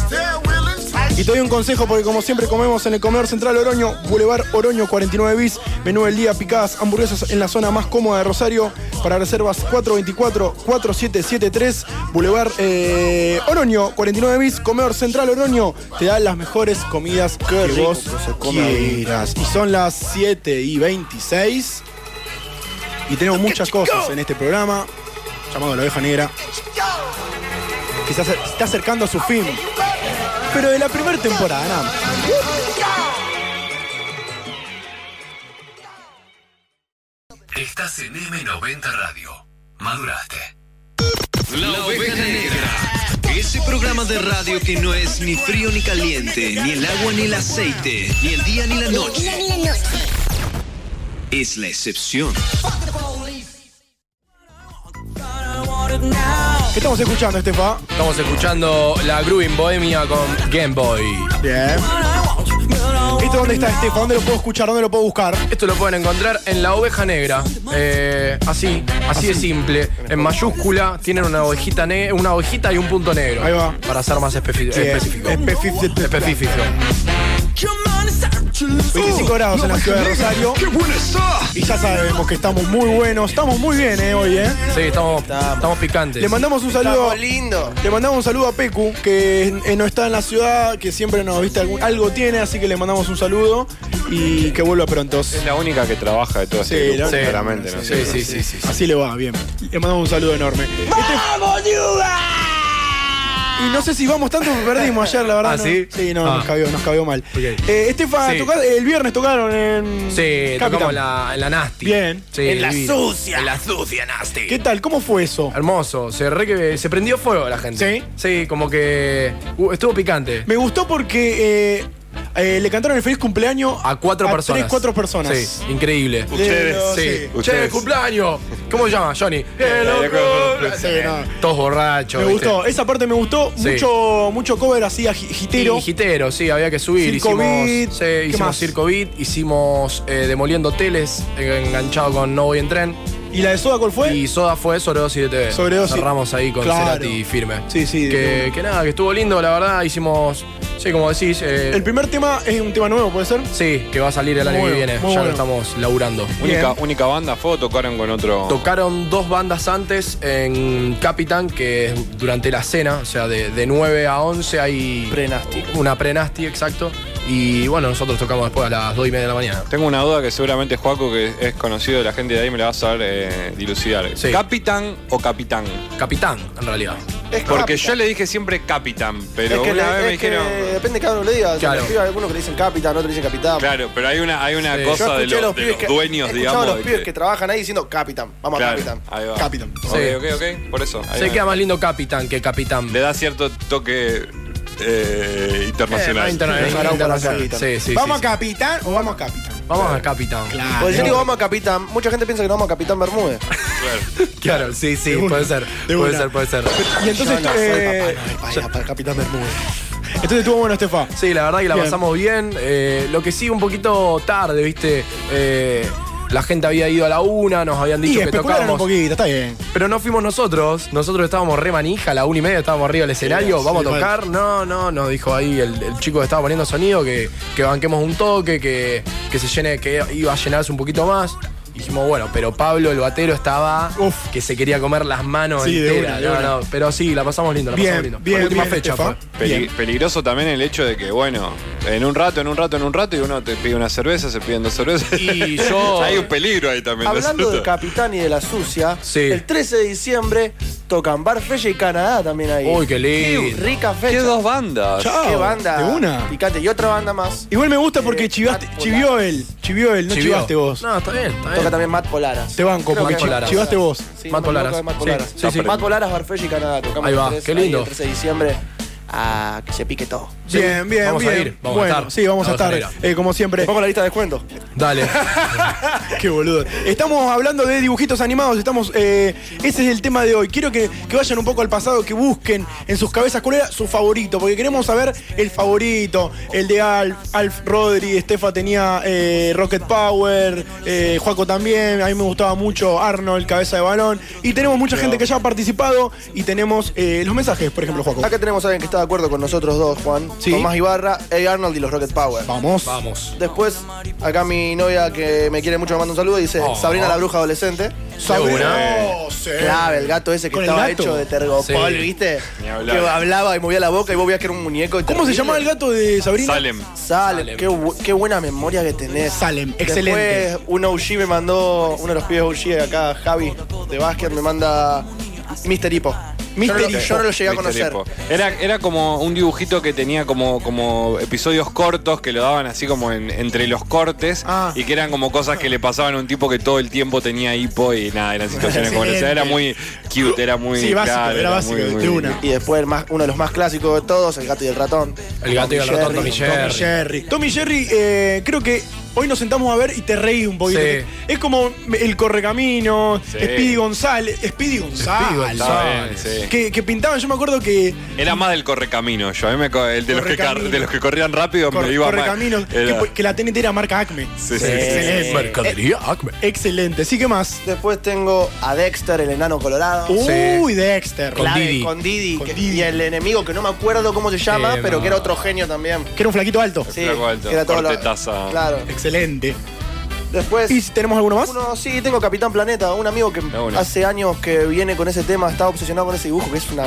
F: Y te doy un consejo porque como siempre comemos en el comedor central Oroño, Boulevard Oroño 49 bis, menú del día, picadas, hamburguesas en la zona más cómoda de Rosario, para reservas 424-4773, Boulevard eh, Oroño 49 bis, comedor central Oroño, te da las mejores comidas que vos quieras. Y son las 7 y 26 y tenemos muchas cosas en este programa, llamado La Oveja Negra, que se acer- está acercando a su fin. Pero de la primera temporada, nada más.
B: Estás en M90 Radio. Maduraste.
A: La Oveja Negra. Ese programa de radio que no es ni frío ni caliente, ni el agua ni el aceite, ni el día ni la noche. Es la excepción.
F: ¿Qué estamos escuchando, Estefa?
E: Estamos escuchando la Grooving Bohemia con Game Boy.
F: Bien. ¿Esto dónde está, Estefa? ¿Dónde lo puedo escuchar? ¿Dónde lo puedo buscar?
E: Esto lo pueden encontrar en La Oveja Negra. Eh, así, así de simple. En mayúscula tienen una ovejita, ne- una ovejita y un punto negro.
F: Ahí va.
E: Para ser más espefi-
F: Sí,
E: específico.
F: espefi-
E: Específico.
F: 25 grados en la ciudad de Rosario. ¡Qué bueno Y ya sabemos que estamos muy buenos. Estamos muy bien, eh, hoy, eh.
E: Sí, estamos, estamos picantes.
F: Le mandamos un saludo.
C: Estamos lindo.
F: Le mandamos un saludo a Pecu, que eh, no está en la ciudad, que siempre nos viste algún- algo tiene, así que le mandamos un saludo y que vuelva pronto.
G: Es la única que trabaja de todo
F: Sí,
G: este
F: la
G: grupo,
F: única.
G: claramente. ¿no?
E: Sí, sí, sí, sí. sí.
F: Así le va, bien. Le mandamos un saludo enorme. Este-
C: ¡Vamos,
F: Y no sé si vamos tanto, pero perdimos ayer, la verdad.
E: ¿Ah,
F: no.
E: sí?
F: no,
E: Ah.
F: nos cabió, nos cabió mal.
E: Ok.
F: Eh, Estefa,
E: Sí.
F: toca- el viernes tocaron en.
E: Sí,
F: Capital.
E: tocamos la, en la Nasty.
F: Bien.
E: Sí,
C: En la
E: divino.
C: sucia.
E: En la sucia Nasty.
F: ¿Qué tal? ¿Cómo fue eso?
E: Hermoso, se, re que- se prendió fuego la gente.
F: ¿Sí?
E: Sí, como que uh, estuvo picante.
F: Me gustó porque eh, eh, le cantaron el feliz cumpleaños
E: A cuatro personas.
F: Tres, cuatro personas.
E: Sí, increíble.
F: Le- lo-
E: Sí.
G: Ustedes.
E: Che, cumpleaños. ¿Cómo se llama, Johnny? Hello,
F: sí. Sí, no.
E: Todos borrachos.
F: Me
E: ¿viste?
F: gustó, esa parte me gustó.
E: Sí.
F: Mucho, mucho cover así, a gi- gitero.
E: Y Gitero, sí, había que subir.
F: Circo
E: hicimos
F: Beat,
E: sí,
F: ¿qué
E: hicimos
F: más?
E: Circo Beat, hicimos eh, Demoliendo Teles, eh, enganchado con No Voy en Tren.
F: ¿Y la de Soda cuál fue?
E: Y Soda fue Sobredosis de TV.
F: Sobredosis.
E: Cerramos ahí con
F: Claro.
E: Cerati firme.
F: Sí, sí, de
E: Que,
F: una.
E: que nada, que estuvo lindo, la verdad. Hicimos, sí, como decís. eh,
F: El primer tema es un tema nuevo, ¿puede ser?
E: Sí, que va a salir el año
F: Muy
E: que
F: bueno,
E: viene. Ya
F: muy
E: lo
F: bueno.
E: estamos laburando.
G: Única,
F: Bien.
G: única banda fue o tocaron con
F: Oh.
G: otro.
E: Tocaron dos bandas antes en Capitán, que es durante la cena, o sea, de, de 9 a 11 hay.
C: Pre-nasty.
E: Una prenasti, exacto. Y bueno, nosotros tocamos después a las 2 y media de la mañana.
G: Tengo una duda que seguramente Juaco, que es conocido de la gente de ahí, me la va a saber eh, dilucidar.
E: Sí.
G: ¿Capitán o capitán?
E: Capitán, en realidad.
C: Es
G: Porque
C: Capitán.
G: yo le dije siempre capitán, pero
C: Es que,
G: una
C: le-
G: vez me
C: es que
G: dijeron.
C: depende de cada uno que le diga.
E: Claro.
C: Claro. algunos que le dicen capitán, otros le dicen capitán.
G: Claro, pero hay una, hay una
E: Sí.
G: cosa de,
C: escuché
G: los,
C: a los
G: de
C: pibes
G: los
C: que-
G: dueños,
C: he escuchado
G: digamos.
C: a los
G: de
C: pibes
G: que-
C: que trabajan ahí diciendo capitán. Vamos
G: Claro,
C: a capitán.
G: ahí va.
C: Capitán.
G: Ok,
E: Sí.
G: ok, ok, por eso. ahí
E: Se
G: va.
E: queda más lindo Capitán que Capitán.
G: Le da cierto toque eh,
E: Eh,
G: internacional.
E: más interna-
F: Sí, para
E: internacional.
F: Capitán.
E: Sí, sí,
F: ¿Vamos
E: sí,
F: a Capitán o vamos a Capitán?
E: sí. Vamos a Capitán. Claro.
C: Porque yo digo vamos a capitán. Mucha gente piensa que no vamos a capitán Bermúdez.
E: sí, sí,
F: una,
E: puede ser.
F: de
E: Puede
F: una.
E: ser, puede ser.
F: Y entonces.
C: Yo no soy
F: eh,
C: papá Noel, para, para capitán Bermúdez.
F: entonces estuvo bueno, Estefa.
E: Sí, la verdad que la
F: Bien.
E: pasamos bien. Eh, lo que sí, un poquito tarde, viste. Eh, la gente había ido a la una, nos habían
F: Y
E: dicho que
F: especularon un
E: tocábamos.
F: poquito, está bien.
E: Pero no fuimos nosotros, nosotros estábamos re manija, a la una y media estábamos arriba del escenario,
F: Sí,
E: vamos a
F: mal.
E: tocar. No, no, nos dijo ahí el, el chico que estaba poniendo sonido que, que banquemos un toque, que, que se llene, que iba a llenarse un poquito más. Dijimos, bueno, pero Pablo, el batero, estaba
F: Uf.
E: que se quería comer las manos
F: Sí, de una,
E: enteras.
F: de
E: No,
F: una.
E: no, pero sí, la pasamos lindo, la pasamos
F: Bien,
E: lindo.
F: bien.
E: la última
F: bien,
E: fecha
F: Estefa.
E: fue.
G: Peli-
F: Bien.
G: peligroso también el hecho de que, bueno, en un rato, en un rato, en un rato, y uno te pide una cerveza, se piden dos cervezas.
E: Y yo-
G: Hay un peligro ahí también. ¿no es
C: Hablando de
G: cierto?
C: capitán y de la sucia,
E: Sí.
C: el 13 de diciembre tocan Bar Freya y Canadá también ahí.
E: Uy, qué lindo.
C: Rica fecha.
G: ¿Qué dos bandas?
F: Chao.
C: Qué banda.
F: Oh, De una.
C: Picante. Y otra banda más.
F: Igual me gusta porque
C: Eh,
F: chivaste,
C: Matt
F: chivió él. Chivió él, no
E: Chivió.
F: chivaste vos.
E: No, está bien, está
C: Toca
E: bien.
C: también Matt Polaras.
F: eh, Te banco,
C: Creo
F: porque
C: que-
F: chi-
E: Polaras.
F: chivaste vos.
C: Sí,
E: Matt
C: no me acuerdo
E: Polaras.
C: de Matt
E: Sí,
C: Polaras.
E: sí, sí.
C: Matt Polaras, Barfella y Canadá. Tocamos
E: Ahí va,
C: los tres
E: qué lindo.
C: ahí El 13 de diciembre. Ah, que se pique todo.
E: Sí,
F: Bien, bien,
E: vamos a
F: bien.
E: ir, vamos a
F: bueno,
E: estar.
F: sí, vamos a
E: Vamos a
F: estar. eh, como siempre.
C: Te pongo la lista de descuento.
E: Dale.
F: Qué boludo. Estamos hablando de dibujitos animados, estamos. eh, ese es el tema de hoy. Quiero que, que vayan un poco al pasado, que busquen en sus cabezas cuál era su favorito, porque queremos saber el favorito, el de Alf, Alf Rodri, Estefa tenía eh, Rocket Power, eh, Juaco también, a mí me gustaba mucho Arnold, cabeza de balón. Y tenemos mucha gente que ya ha participado y tenemos eh, los mensajes, por ejemplo, Juaco.
C: Acá tenemos a alguien que está de acuerdo con nosotros dos, Juan.
F: Sí.
C: Tomás Ibarra, Ed Arnold y los Rocket Power.
F: Vamos.
E: Vamos.
C: Después, acá mi novia que me quiere mucho me manda un saludo y dice
E: Oh.
C: Sabrina la bruja adolescente.
E: Segura.
F: Oh, sí.
C: Clave, el gato ese que
F: ¿Con el
C: estaba
F: gato?
C: hecho de tergopol,
E: Sí.
C: ¿viste?
G: Ni hablar.
C: Que hablaba y movía la boca y vos veías que era un muñeco.
F: ¿Cómo se
C: terrible.
F: llamaba el gato de Sabrina?
G: Salem.
C: Salem,
E: Salem.
C: Qué, bu- qué buena memoria que tenés.
F: Salem,
C: Después,
F: excelente.
C: un OG me mandó, uno de los pibes OG de acá, Javi de Basket, me manda Mr. Hippo. Mystery Yo no lo- yo no lo llegué a
G: Mystery
C: conocer.
G: Pop. Era, era como un dibujito que tenía como, como episodios cortos que lo daban así como en- entre los cortes
C: Ah.
G: y que eran como cosas que le pasaban a un tipo que todo el tiempo tenía hipo y nada, eran situaciones como esa. Era muy cute, era muy.
C: Sí, básico,
G: claro,
C: era básico,
G: muy- muy-
C: de una. Y después el más- uno de los más clásicos de todos, el gato y el ratón.
E: El gato y el ratón, Tommy
F: Tommy
E: Jerry.
F: Jerry. Tommy Jerry, eh, creo que hoy nos sentamos a ver y te reí un poquito.
E: Sí.
F: Es como el correcamino,
G: Sí.
F: Speedy González. Speedy
E: Speedy
F: González.
G: Está bien, sí.
F: Que, que pintaban, yo me acuerdo que.
G: Era más del correcamino, yo. A mí me co- el de los, que car-
F: Correcamino.
G: de los que corrían rápido
F: Cor-
G: me iba mal.
F: correcaminos, que,
G: Era-
F: po- que la TNT era marca Acme.
G: sí, sí, sí, sí.
F: Excelente.
E: Mercadería Acme.
F: Excelente. Sí, ¿qué más?
C: Después tengo a Dexter, el enano colorado.
F: Uy, Dexter.
E: Con
C: Clave,
E: Uh, Didi.
C: con Didi, que- y el enemigo que no me acuerdo cómo se llama,
E: Eh,
C: pero
E: no.
C: que era otro genio también.
F: Que era un flaquito alto.
C: Sí,
G: flaco alto,
C: que era todo lo-
G: cortetaza.
C: Claro.
F: Excelente.
C: Después
F: ¿Y si tenemos alguno más?
C: Uno, sí, tengo Capitán Planeta, un amigo que
G: bueno.
C: hace años que viene con ese tema, está obsesionado con ese dibujo, que es una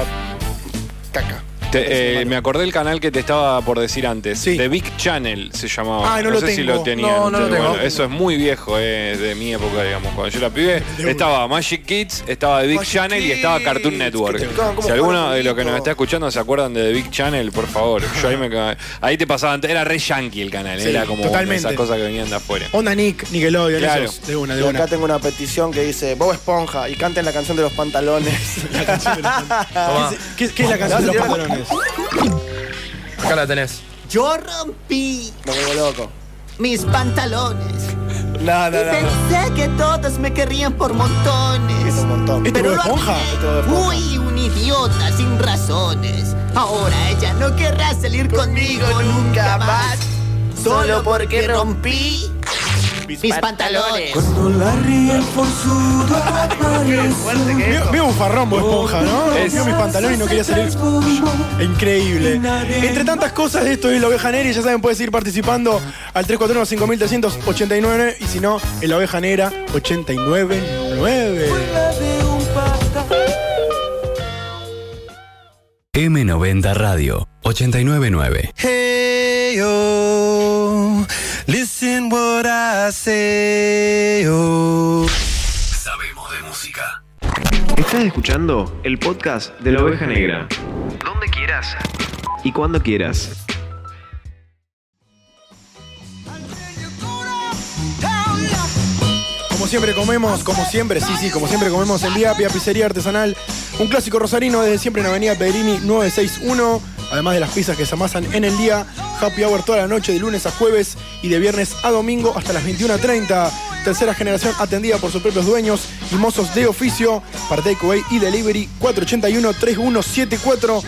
C: caca.
G: Te-
C: Parece
G: eh,
C: malo.
G: me acordé del canal que te estaba por decir antes.
F: Sí.
G: The Big Channel se llamaba.
F: Ah, no lo
G: sé si
F: tengo.
G: lo tenían.
E: No, no lo
G: ustedes.
E: tengo.
G: Bueno, eso es muy viejo eh, de mi época, digamos. Cuando yo era pibe, estaba Magic Kids, estaba The Big
C: Magic
G: Channel y estaba
C: Kids,
G: Cartoon
C: que
G: Network.
C: te tocaban como
G: Si alguno
C: jugar
G: de los que nos
C: jueguito.
G: está escuchando se acuerdan de The Big Channel, por favor. Yo ahí, me, ca- ahí te pasaban. Era re yankee el canal.
F: Sí,
G: era como
F: totalmente.
G: esas cosas que venían de afuera.
F: Onda Nick, Nickelodeon,
G: Claro.
F: esos. De una,
C: Y
F: de una.
C: acá tengo una petición que dice Bob Esponja y canten la canción de los pantalones.
F: La canción de los pantalones. ¿Qué, es- qué es la canción de los pantalones?
E: Acá la tenés.
K: Yo rompí
C: Me vuelvo loco.
K: mis pantalones.
C: No, no,
K: Y
C: no. no.
K: pensé que todas me querrían por
C: Es
K: montones.
C: un montón.
F: ¿Este
K: Pero
F: Bob
K: lo
F: Esponja?
K: arruiné.
C: Este Bob Esponja.
K: Fui un idiota sin razones. Ahora ella no querrá salir conmigo, nunca más. Solo porque rompí mis pantalones.
F: Veo veo un farrón Bob Esponja, ¿no?
G: Es-
F: Veo mis pantalones y no quería salir. Increíble. Entre tantas cosas, esto es La Oveja Negra y ya saben, puedes ir participando al 341-5389 y si no, en La Oveja Negra 899.
B: M90 Radio 899.
L: Hey, oh, listen what I say, oh.
B: Sabemos de música.
A: Estás escuchando el podcast de la oveja negra. Donde quieras y cuando quieras.
F: Como siempre comemos, como siempre, sí, sí, como siempre comemos en Viapia, Pizzería Artesanal, un clásico rosarino desde siempre en Avenida Pedrini 961, además de las pizzas que se amasan en el día, happy hour toda la noche de lunes a jueves y de viernes a domingo hasta las 21.30. Tercera generación atendida por sus propios dueños y mozos de oficio para takeaway y delivery 481-3174.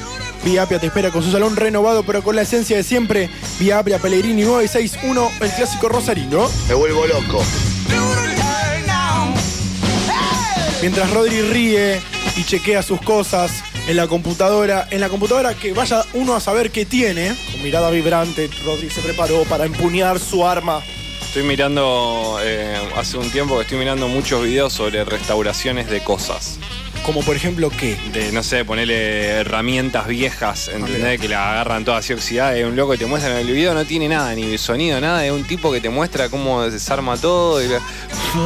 F: Vía Apia te espera con su salón renovado pero con la esencia de siempre. Vía Apia Pellegrini 961, el clásico rosarino.
M: Me vuelvo loco.
F: Mientras Rodri ríe y chequea sus cosas en la computadora, en la computadora que vaya uno a saber qué tiene.
C: Con mirada vibrante, Rodri se preparó para empuñar su arma.
G: Estoy mirando, eh, hace un tiempo que estoy mirando muchos videos sobre restauraciones de cosas.
F: Como por ejemplo qué.
G: de, no sé, ponerle herramientas viejas, ¿entendés? Que la agarran todas así oxidadas, es un loco que te muestra en el video, no tiene nada, ni sonido, nada, es un tipo que te muestra cómo desarma todo, y la-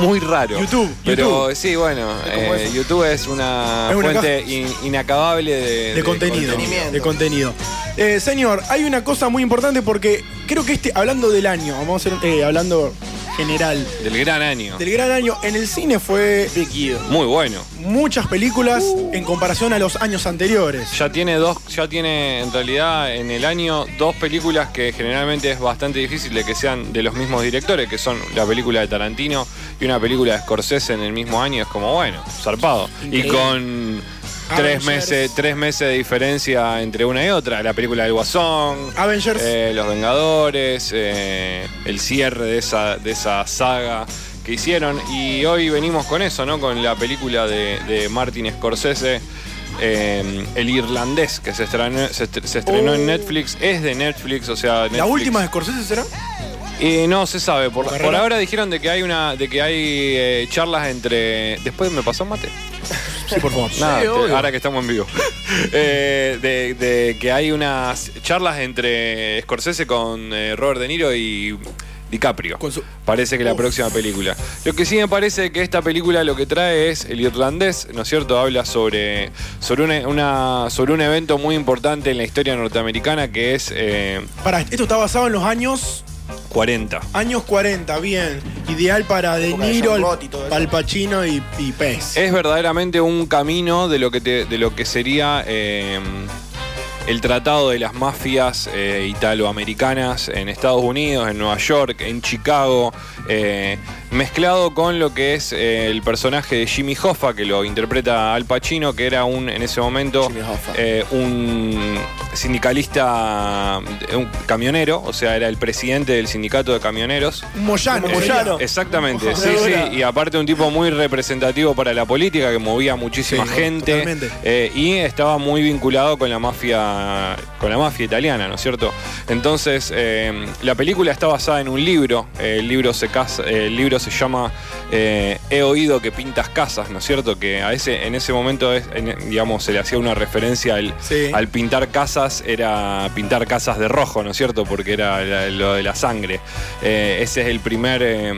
G: muy raro.
F: YouTube,
G: Pero sí, bueno,
C: como
G: eh,
C: eso.
G: YouTube es una
F: Es una
G: fuente in- inacabable de,
F: De
G: de
F: contenido. De contenido. Eh, señor, hay una cosa muy importante porque creo que este, hablando del año, vamos a hacer, eh, hablando general,
G: Del gran año.
F: del gran año, en el cine fue
G: Muy bueno.
F: muchas películas
G: Uh.
F: en comparación a los años anteriores.
G: Ya tiene dos, ya tiene en realidad en el año dos películas que generalmente es bastante difícil de que sean de los mismos directores, que son la película de Tarantino y una película de Scorsese en el mismo año, es como bueno, zarpado. Y con tres
F: Avengers.
G: meses, tres meses de diferencia entre una y otra, la película del Guasón,
F: Avengers.
G: eh, Los Vengadores, eh, el cierre de esa, de esa saga que hicieron. Y hoy venimos con eso, ¿no? Con la película de, de Martin Scorsese. eh, el irlandés que se estrenó, se est- se estrenó en Netflix es de Netflix, o sea,
F: Oh. ¿La
G: Netflix-
F: última de Scorsese será?
G: y no se sabe. Por, por
F: carrera?
G: ahora dijeron de que hay una, de que hay eh, charlas entre. Después me pasó un mate.
F: Sí, por favor.
G: Nada, te- ahora que estamos en vivo. Eh, de, de que hay unas charlas entre Scorsese con eh, Robert De Niro y DiCaprio. Parece que la próxima película. Lo que sí me parece que esta película lo que trae es el irlandés, ¿no es cierto? Habla sobre, sobre, una, una- sobre un evento muy importante en la historia norteamericana que es eh,
F: Para, esto está basado en los años
G: 40.
F: años 40, bien. Ideal para De
C: Época de
F: Niro,
C: John
F: Al-
C: Gotti y todo eso.
F: Al Pacino y, y Pez.
G: Es verdaderamente un camino de lo que, te- de lo que sería eh, el tratado de las mafias eh, italoamericanas en Estados Unidos, en Nueva York, en Chicago, eh, mezclado con lo que es eh, el personaje de Jimmy Hoffa, que lo interpreta Al Pacino, que era un, en ese momento eh, un sindicalista, eh, un camionero, o sea, era el presidente del sindicato de camioneros.
F: Un Moyano.
G: Eh, Exactamente, sí,
F: Ojalá.
G: sí. Y aparte un tipo muy representativo para la política, que movía muchísima
F: Sí,
G: gente.
F: totalmente.
G: eh, y estaba muy vinculado con la mafia. con la mafia italiana, ¿no es cierto? Entonces, eh, la película está basada en un libro. eh, el, libro se casa- eh, el libro se llama eh, He oído que pintas casas, ¿no es cierto? Que a ese, en ese momento es, en- digamos, se le hacía una referencia al,
F: Sí.
G: al pintar casas, era pintar casas de rojo, ¿no es cierto? Porque era la- lo de la sangre. Eh, ese es el primer. eh,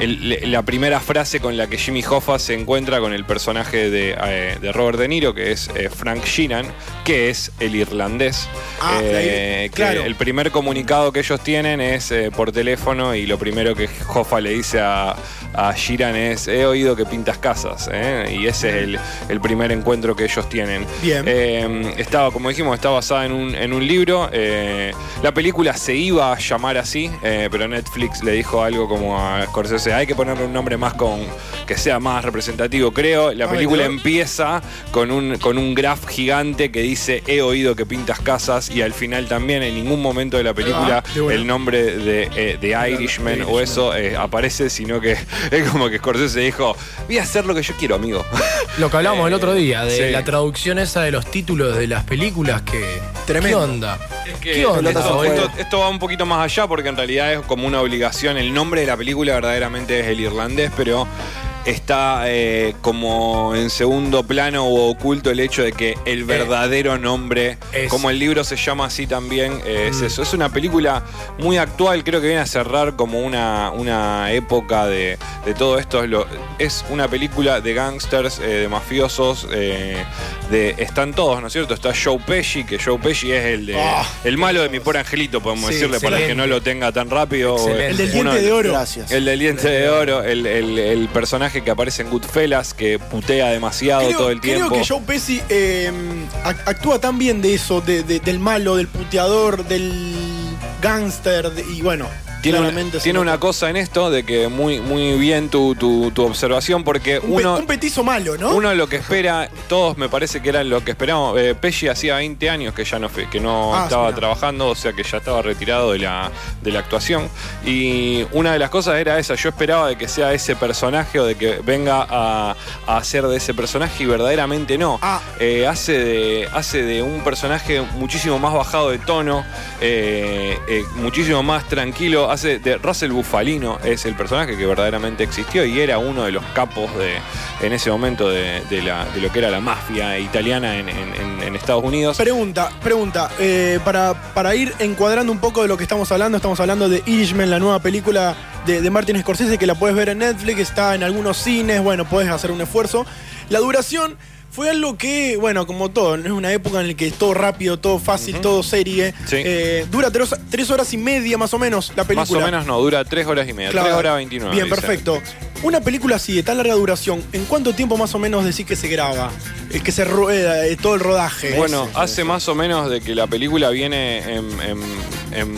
G: el- le- la primera frase con la que Jimmy Hoffa se encuentra con el personaje de, eh, de Robert De Niro, que es eh, Frank Sheeran, que es el irlandés.
F: Ah,
G: Eh,
F: la
G: que
F: ir- claro.
G: El primer comunicado que ellos tienen es eh, por teléfono y lo primero que Hoffa le dice a, a Sheeran es, he oído que pintas casas. ¿eh?". Y ese es el, el primer encuentro que ellos tienen.
F: Bien.
G: Eh, estaba, como dijimos, está basada en un, en un libro. Eh, la película se iba a llamar así, eh, pero Netflix le dijo algo como a Scorsese, hay que ponerle un nombre más con que sea más representativo, creo. La
F: Ah,
G: película
F: ¿verdad?
G: empieza con un, con un graph gigante que dice, he oído que pintas casas, y al final también en ningún momento Ah, de la película
F: de buena.
G: el nombre de, eh, de Irishman o eso eh, aparece, sino que es como que Scorsese dijo, voy a hacer lo que yo quiero, amigo.
E: Lo que hablábamos
G: Eh,
E: el otro día, de
G: sí.
E: la traducción esa de los títulos de las películas que.
F: Tremendo.
E: ¿Qué onda?
G: Que
E: ¿Qué onda?
G: esto,
E: boludo?
G: esto- esto va un poquito más allá porque en realidad es como una obligación. El nombre de la película verdaderamente es el irlandés, pero está eh, como en segundo plano o oculto el hecho de que el verdadero nombre,
E: Eh, es- Mm.
G: como el libro se llama así también, eh, es eso. Es una película muy actual, creo que viene a cerrar como una, una época de, de todo esto. Es, lo- es una película de gangsters, eh, de mafiosos, eh, de, están todos, ¿no es cierto? Está Joe Pesci, que Joe Pesci es el de
F: Ah.
G: el malo de mi pobre angelito, podemos
E: Sí,
G: decirle, para el que
E: excelente.
G: no lo tenga tan rápido.
E: Excelente. El del
G: Uno-
F: diente de oro.
C: Gracias.
G: El del diente de oro, el, el- el personaje que aparece en Goodfellas, que putea demasiado todo el
F: creo
G: tiempo.
F: que Joe Pesci eh, ac- actúa tan bien de eso, de- de- del malo, del puteador, del gángster, de- y bueno,
G: tiene una,
F: claramente se
G: tiene
F: nota.
G: una cosa en esto de que muy, muy bien tu, tu- tu observación, porque
F: un, pe-
G: uno.
F: un petizo malo, ¿no?
G: Uno lo que espera, todos me parece que eran lo que esperábamos. Eh, Pesci hacía 20 años que ya no, fe- que no
F: Ah,
G: estaba
F: sí, no.
G: trabajando, o sea que ya estaba retirado de la, de la actuación. Y una de las cosas era esa, yo esperaba de que sea ese personaje o de que venga a, a hacer de ese personaje y verdaderamente no.
F: Ah.
G: Eh, hace, de, hace de un personaje muchísimo más bajado de tono, eh, eh, muchísimo más tranquilo. Hace de Russell Bufalino, es el personaje que verdaderamente existió y era uno de los capos de, en ese momento de, de la- de lo que era la mafia italiana en, en- en- en Estados Unidos.
F: Pregunta, pregunta, eh, para, para ir encuadrando un poco de lo que estamos hablando, estamos hablando de Irishman, la nueva película de, de Martin Scorsese que la puedes ver en Netflix, está en algunos cines, bueno, puedes hacer un esfuerzo. La duración fue algo que, bueno, como todo, no es una época en la que es todo rápido, todo fácil, todo serie.
G: Sí.
F: Eh, dura tres, tres horas y media más o menos la película.
G: Más o menos no, dura 3 horas y media,
F: Claro.
G: 3 horas 29.
F: Bien,
G: dice.
F: perfecto. Una película así de tan larga duración, ¿en cuánto tiempo más o menos decís que se graba? Eh, que se rueda, eh, todo el rodaje.
G: Bueno, hace más o menos de que la película viene en, en- en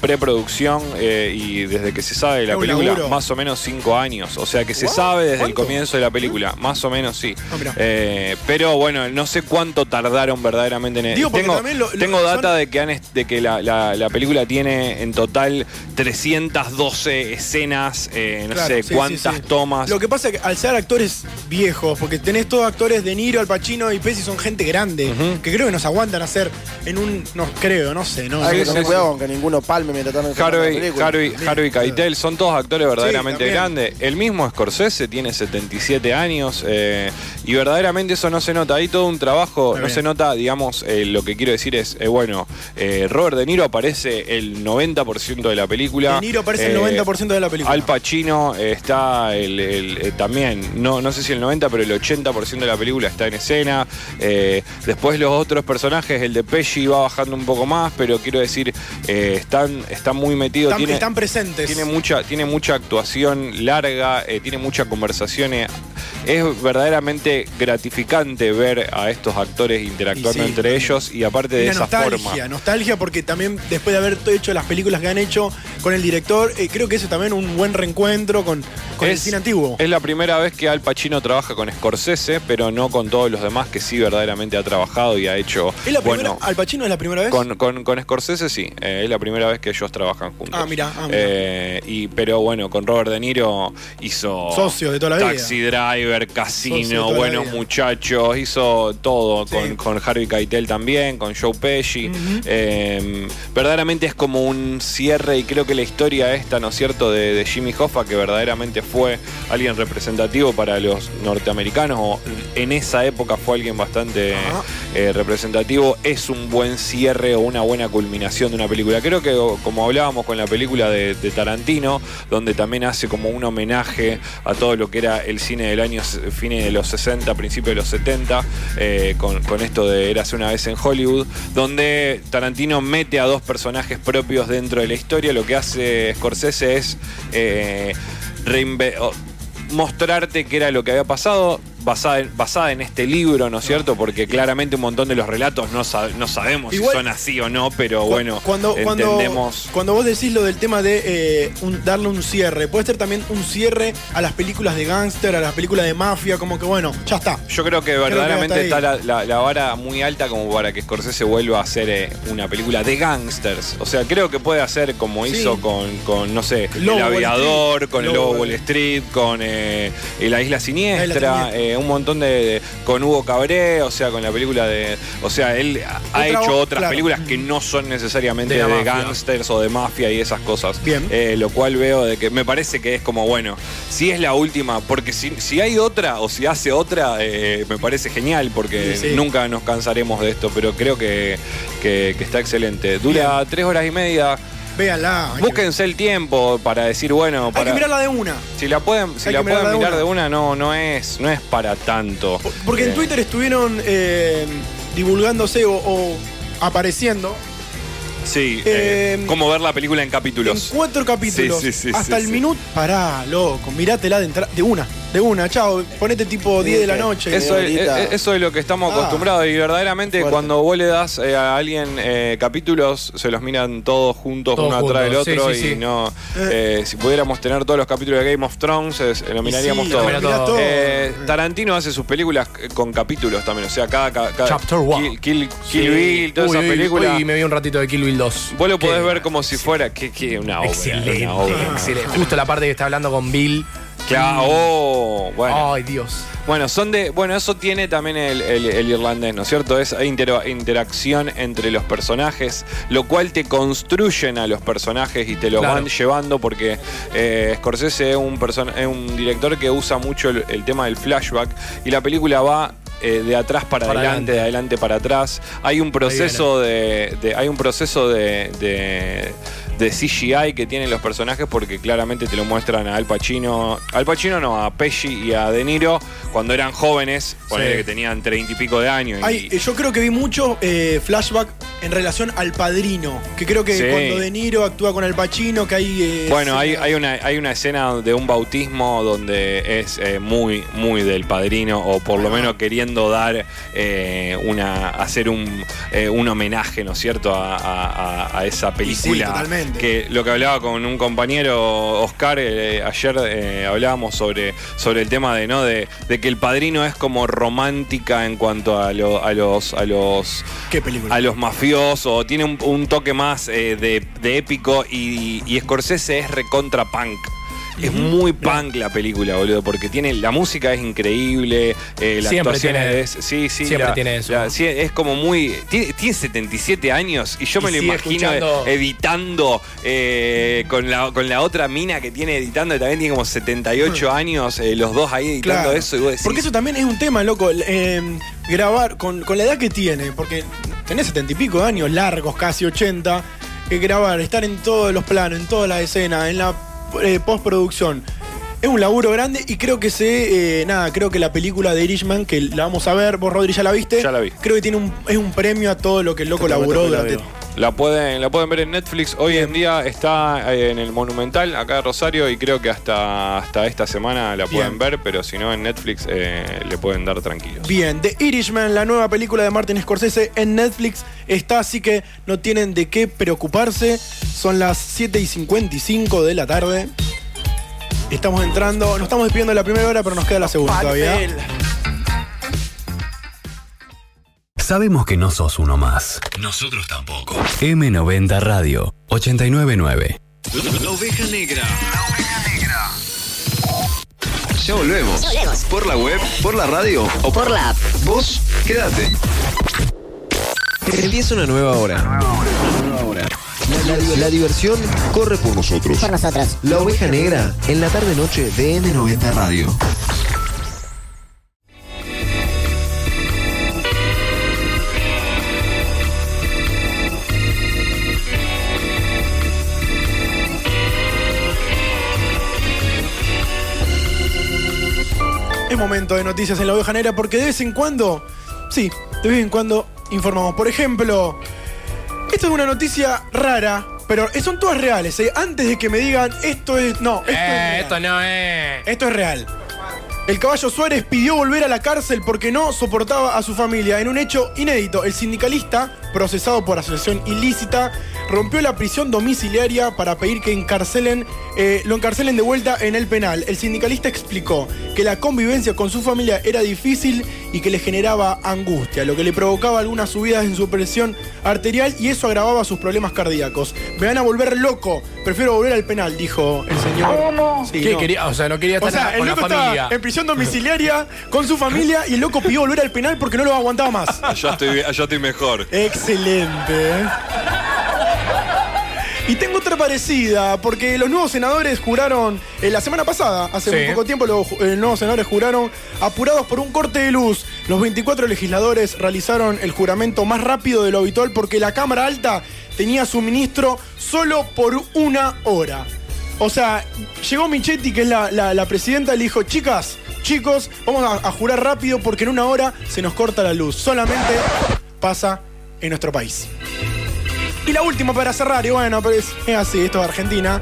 G: preproducción eh, y desde que se sabe de la
F: Es un
G: película,
F: laburo.
G: más o menos cinco años. O sea que se sabe desde el comienzo de la película, más o menos sí.
F: Mm. Ah, mirá.
G: Eh, pero bueno, no sé cuánto tardaron verdaderamente en
F: Digo, porque
G: tengo,
F: también lo- lo-
G: tengo
F: son-
G: data de que, han est- de que la, la- la película tiene en total 312 escenas, eh, no
F: Claro,
G: sé
F: sí, sí,
G: cuántas
F: sí.
G: tomas.
F: Lo que pasa es que al ser actores viejos, porque tenés todos actores de Niro, Al Pacino y Pesci son gente grande,
G: Ujú.
F: que creo que nos aguantan hacer en un. No creo, no sé, no.
C: Hay
G: Sí,
C: que
G: sí,
C: tener
G: sí.
C: cuidado con que ninguno palme que me trataron de
G: Harvey, Harvey, Harvey Keitel, son todos actores verdaderamente
C: también.
G: grandes. El mismo Scorsese tiene 77 años eh, y verdaderamente eso no se nota. Hay todo un trabajo, no se nota, digamos, eh, lo que quiero decir es, eh, bueno, eh, Robert De Niro aparece el 90% de la película.
F: De Niro aparece el 90% de la película.
G: Al Pacino eh, está el, el, eh, también, no, no sé si el 90, pero el 80% de la película está en escena. Eh, después los otros personajes, el de Pesci va bajando un poco más, pero quiero decir, eh, están, están muy metidos.
F: Están,
G: tiene,
F: están presentes.
G: tiene mucha, tiene mucha actuación larga, eh, tiene muchas conversaciones. Es verdaderamente gratificante ver a estos actores interactuando
F: Y sí,
G: entre ellos y aparte de
F: Una
G: esa
F: nostalgia,
G: forma.
F: nostalgia porque también después de haber hecho las películas que han hecho con el director, eh, creo que eso es también un buen reencuentro con, con el cine antiguo.
G: Es la primera vez que Al Pacino trabaja con Scorsese, pero no con todos los demás que sí verdaderamente ha trabajado y ha hecho.
F: ¿Es la primera,
G: bueno,
F: ¿Al Pacino es la primera vez?
G: con, con- con Scorsese sí, eh, es la primera vez que ellos trabajan juntos.
F: Ah, mira, ah, mira.
G: Eh, y, pero bueno, con Robert De Niro hizo.
F: Socio de toda la vida.
G: Taxi Driver,
F: Socio de toda
G: Casino,
F: la
G: Buenos
F: vida.
G: Muchachos, hizo todo. Con, con Harvey Keitel también, con Joe Pesci. Eh, verdaderamente es como un cierre, y creo que la historia esta, ¿no es cierto?, de, de Jimmy Hoffa, que verdaderamente fue alguien representativo para los norteamericanos, o en esa época fue alguien bastante eh, representativo, es un buen cierre o una buena culminación de una película. Creo que, o- como hablábamos con la película de, de Tarantino, donde también hace como un homenaje a todo lo que era el cine del año, s- fines de los 60, principios de los 70, eh, con, con esto de Érase una vez en Hollywood, donde Tarantino mete a dos personajes propios dentro de la historia. Lo que hace Scorsese es eh, reinve- o- mostrarte qué era lo que había pasado. Basada en, basada en este libro, ¿no es cierto? Porque claramente un montón de los relatos no, sa- no sabemos
F: Igual-
G: si son así o no, pero bueno,
F: cuando, cuando,
G: entendemos.
F: cuando vos decís lo del tema de eh, un- darle un cierre, puede ser también un cierre a las películas de gángster, a las películas de mafia, como que bueno, ya está.
G: Yo creo que
F: Creo que
G: verdaderamente
F: hasta
G: está
F: ahí.
G: la, la- la vara muy alta como para que Scorsese vuelva a hacer eh, una película de gangsters. O sea, creo que puede hacer como hizo con, con, no sé,
F: Lobo
G: El
F: Wall
G: Aviador, con El
F: Lobo
G: Lobo Wall Street, con eh, eh, La Isla Siniestra,
F: Siniestra.
G: eh, un montón de, de- con Hugo Cabré, o sea, con la película de... O sea, él ha ha
F: Otra-
G: hecho otras
F: claro.
G: películas que no son necesariamente
F: De
G: de,
F: la mafia.
G: gangsters o de mafia y esas cosas.
F: Bien.
G: Eh, lo cual veo de que me parece que es como, bueno, si es la última, porque si, si hay otra o si hace otra, eh, me parece genial, porque
F: Sí, sí.
G: nunca nos cansaremos de esto, pero creo que, que- que está excelente. Dura tres horas y media.
F: Véanla.
G: Búsquense el tiempo para decir, bueno,
F: Hay
G: para,
F: que mirarla de una.
G: si la pueden, si
F: hay
G: la
F: que mirarla
G: pueden
F: de
G: mirar
F: una.
G: de una, no, no es, no es para tanto.
F: Porque en
G: Eh,
F: Twitter estuvieron eh, divulgándose o, o apareciendo
G: Sí, eh,
F: eh,
G: como ver la película en
F: en
G: capítulos.
F: cuatro capítulos.
G: Sí, sí, sí,
F: hasta
G: sí,
F: el
G: sí.
F: minuto. Pará, loco, mirátela de, entra- de una. De una, chao. Ponete tipo 10 de la noche.
G: Eso es, eh, eso es lo que estamos
F: Ah.
G: acostumbrados y verdaderamente cuando vos le das eh, a alguien eh, capítulos, se los miran todos juntos,
E: Todos
G: uno atrás del
E: juntos, sí,
G: otro
E: sí,
G: y
E: sí.
G: no... eh, si pudiéramos tener todos los capítulos de Game of Thrones, eh, lo miraríamos
E: sí,
G: todos.
E: lo mira todo.
G: Eh, Tarantino hace sus películas eh, con capítulos también, o sea, cada... cada- cada-
E: Chapter one.
G: Kill, Kill-
E: Sí.
G: Kill Bill, todas
E: Uy,
G: esas
E: uy,
G: películas...
E: uy, me vi un ratito de Kill Bill 2.
G: Vos lo podés ver como si fuera que, que una obra.
E: Excelente,
G: una
E: Ah.
G: obra.
E: excelente. Justo la parte que está hablando con Bill. Mm.
G: Claro, oh, bueno.
E: Ay, Dios.
G: Bueno, son de, bueno, eso tiene también el, el- el irlandés, ¿no es cierto? Es intero- interacción entre los personajes, lo cual te construyen a los personajes y te los
E: Claro.
G: van llevando porque eh, Scorsese es un, person- es un director que usa mucho el, el tema del flashback y la película va eh, de atrás para,
E: Para
G: adelante, de adelante para atrás. Hay un proceso de, de- hay un proceso de, de- de CGI que tienen los personajes porque claramente te lo muestran a Al Pacino, Al Pacino no, a Pesci y a De Niro cuando eran jóvenes, ponele
F: Sí.
G: que tenían treinta y pico de años. y-
F: Ay, eh, yo creo que vi mucho eh, flashback en relación al padrino. Que creo que
G: Sí.
F: cuando De Niro actúa con el Pacino, que hay. eh,
G: Bueno, hay, hay una, hay una escena de un bautismo donde es eh, muy, muy del padrino, o por lo menos queriendo dar eh, una. hacer un, eh, un homenaje, ¿no es cierto?, a, a- a- a esa película.
F: totalmente.
G: Que lo que hablaba con un compañero Oscar, eh, ayer eh, hablábamos sobre, sobre el tema de, ¿no? De, de que el padrino es como romántica en cuanto a, lo- a los. a los
F: ¿Qué película?
G: a los mafiosos, tiene un, un toque más eh, de, de épico y, y Scorsese es recontra punk. Es muy punk la película, boludo, porque tiene la música es increíble, eh, la
M: Siempre
G: actuación
M: tiene-
G: es. Sí, sí,
M: siempre
G: la-
M: tiene eso.
G: la- sí, es como muy. Tiene, tiene 77 años y yo me
M: Y
G: lo
M: sigue
G: imagino
M: escuchando-
G: editando eh, con, la, con la otra mina que tiene editando, que también tiene como 78
M: Mm.
G: años, eh, los dos ahí editando
F: Claro.
G: eso y vos decís.
F: Porque eso también es un tema, loco. el, eh, grabar con, con la edad que tiene, porque tenés setenta y pico de años, largos, casi 80. Que grabar, estar en todos los planos, en todas las escenas, en la eh, postproducción. Es un laburo grande y creo que se. eh, nada, creo que la película de Irishman, que la vamos a ver, vos Rodri ya la viste. Ya la vi. Este Creo que tiene un, es un premio a todo lo que el loco laburó durante.
G: La pueden, la pueden ver en Netflix. Hoy en día está eh, en el Monumental, acá de Rosario, y creo que hasta, hasta esta semana la pueden
F: Bien.
G: ver, pero si no en Netflix eh, le pueden dar tranquilo.
F: Bien, The Irishman, la nueva película de Martin Scorsese en Netflix está, así que no tienen de qué preocuparse. Son las 7 y 55 de la tarde. Estamos entrando, nos estamos despidiendo de la primera hora, pero nos queda la segunda todavía.
B: Sabemos que no sos uno más.
A: Nosotros tampoco.
B: M90 Radio 899.
A: La oveja negra. Ya volvemos. Por la web, por la radio o por la app. Vos, quédate.
N: Empieza una nueva hora. La, la- la diversión corre por nosotros. Por nosotros. La oveja negra en la tarde noche de M90 Radio.
F: Es momento de noticias en la oveja negra porque de vez en cuando, sí, de vez en cuando informamos. Por ejemplo, esto es una noticia rara, pero son todas reales. ¿eh? Antes de que me digan esto es. No, esto es
M: Eh,
F: real.
M: esto no es.
F: Esto es real. El caballo Suárez pidió volver a la cárcel porque no soportaba a su familia. En un hecho inédito, el sindicalista, procesado por asociación ilícita, rompió la prisión domiciliaria para pedir que encarcelen, eh, lo encarcelen de vuelta en el penal. El sindicalista explicó que la convivencia con su familia era difícil y que le generaba angustia, lo que le provocaba algunas subidas en su presión arterial y eso agravaba sus problemas cardíacos. Me van a volver loco, prefiero volver al penal, dijo el señor. Sí,
E: ¿Qué
F: no.
E: quería? O sea, no quería estar
F: O sea,
E: con
F: el
E: la
F: loco
E: familia.
F: estaba en prisión domiciliaria con su familia y el loco pidió volver al penal porque no lo aguantaba más.
E: Ah,
G: Allá estoy, bien- allá estoy mejor.
F: Excelente. ¿eh? Y tengo otra parecida, porque los nuevos senadores juraron, eh, la semana pasada, hace
M: Sí.
F: muy poco tiempo, los ju- eh, nuevos senadores juraron, apurados por un corte de luz, los 24 legisladores realizaron el juramento más rápido de lo habitual porque la Cámara Alta tenía suministro solo por una hora. O sea, llegó Michetti, que es la, la- la presidenta, y le dijo, chicas, chicos, vamos a- a jurar rápido porque en una hora se nos corta la luz. Solamente pasa en nuestro país. Y la última para cerrar, y bueno, pero es, es así, esto es Argentina.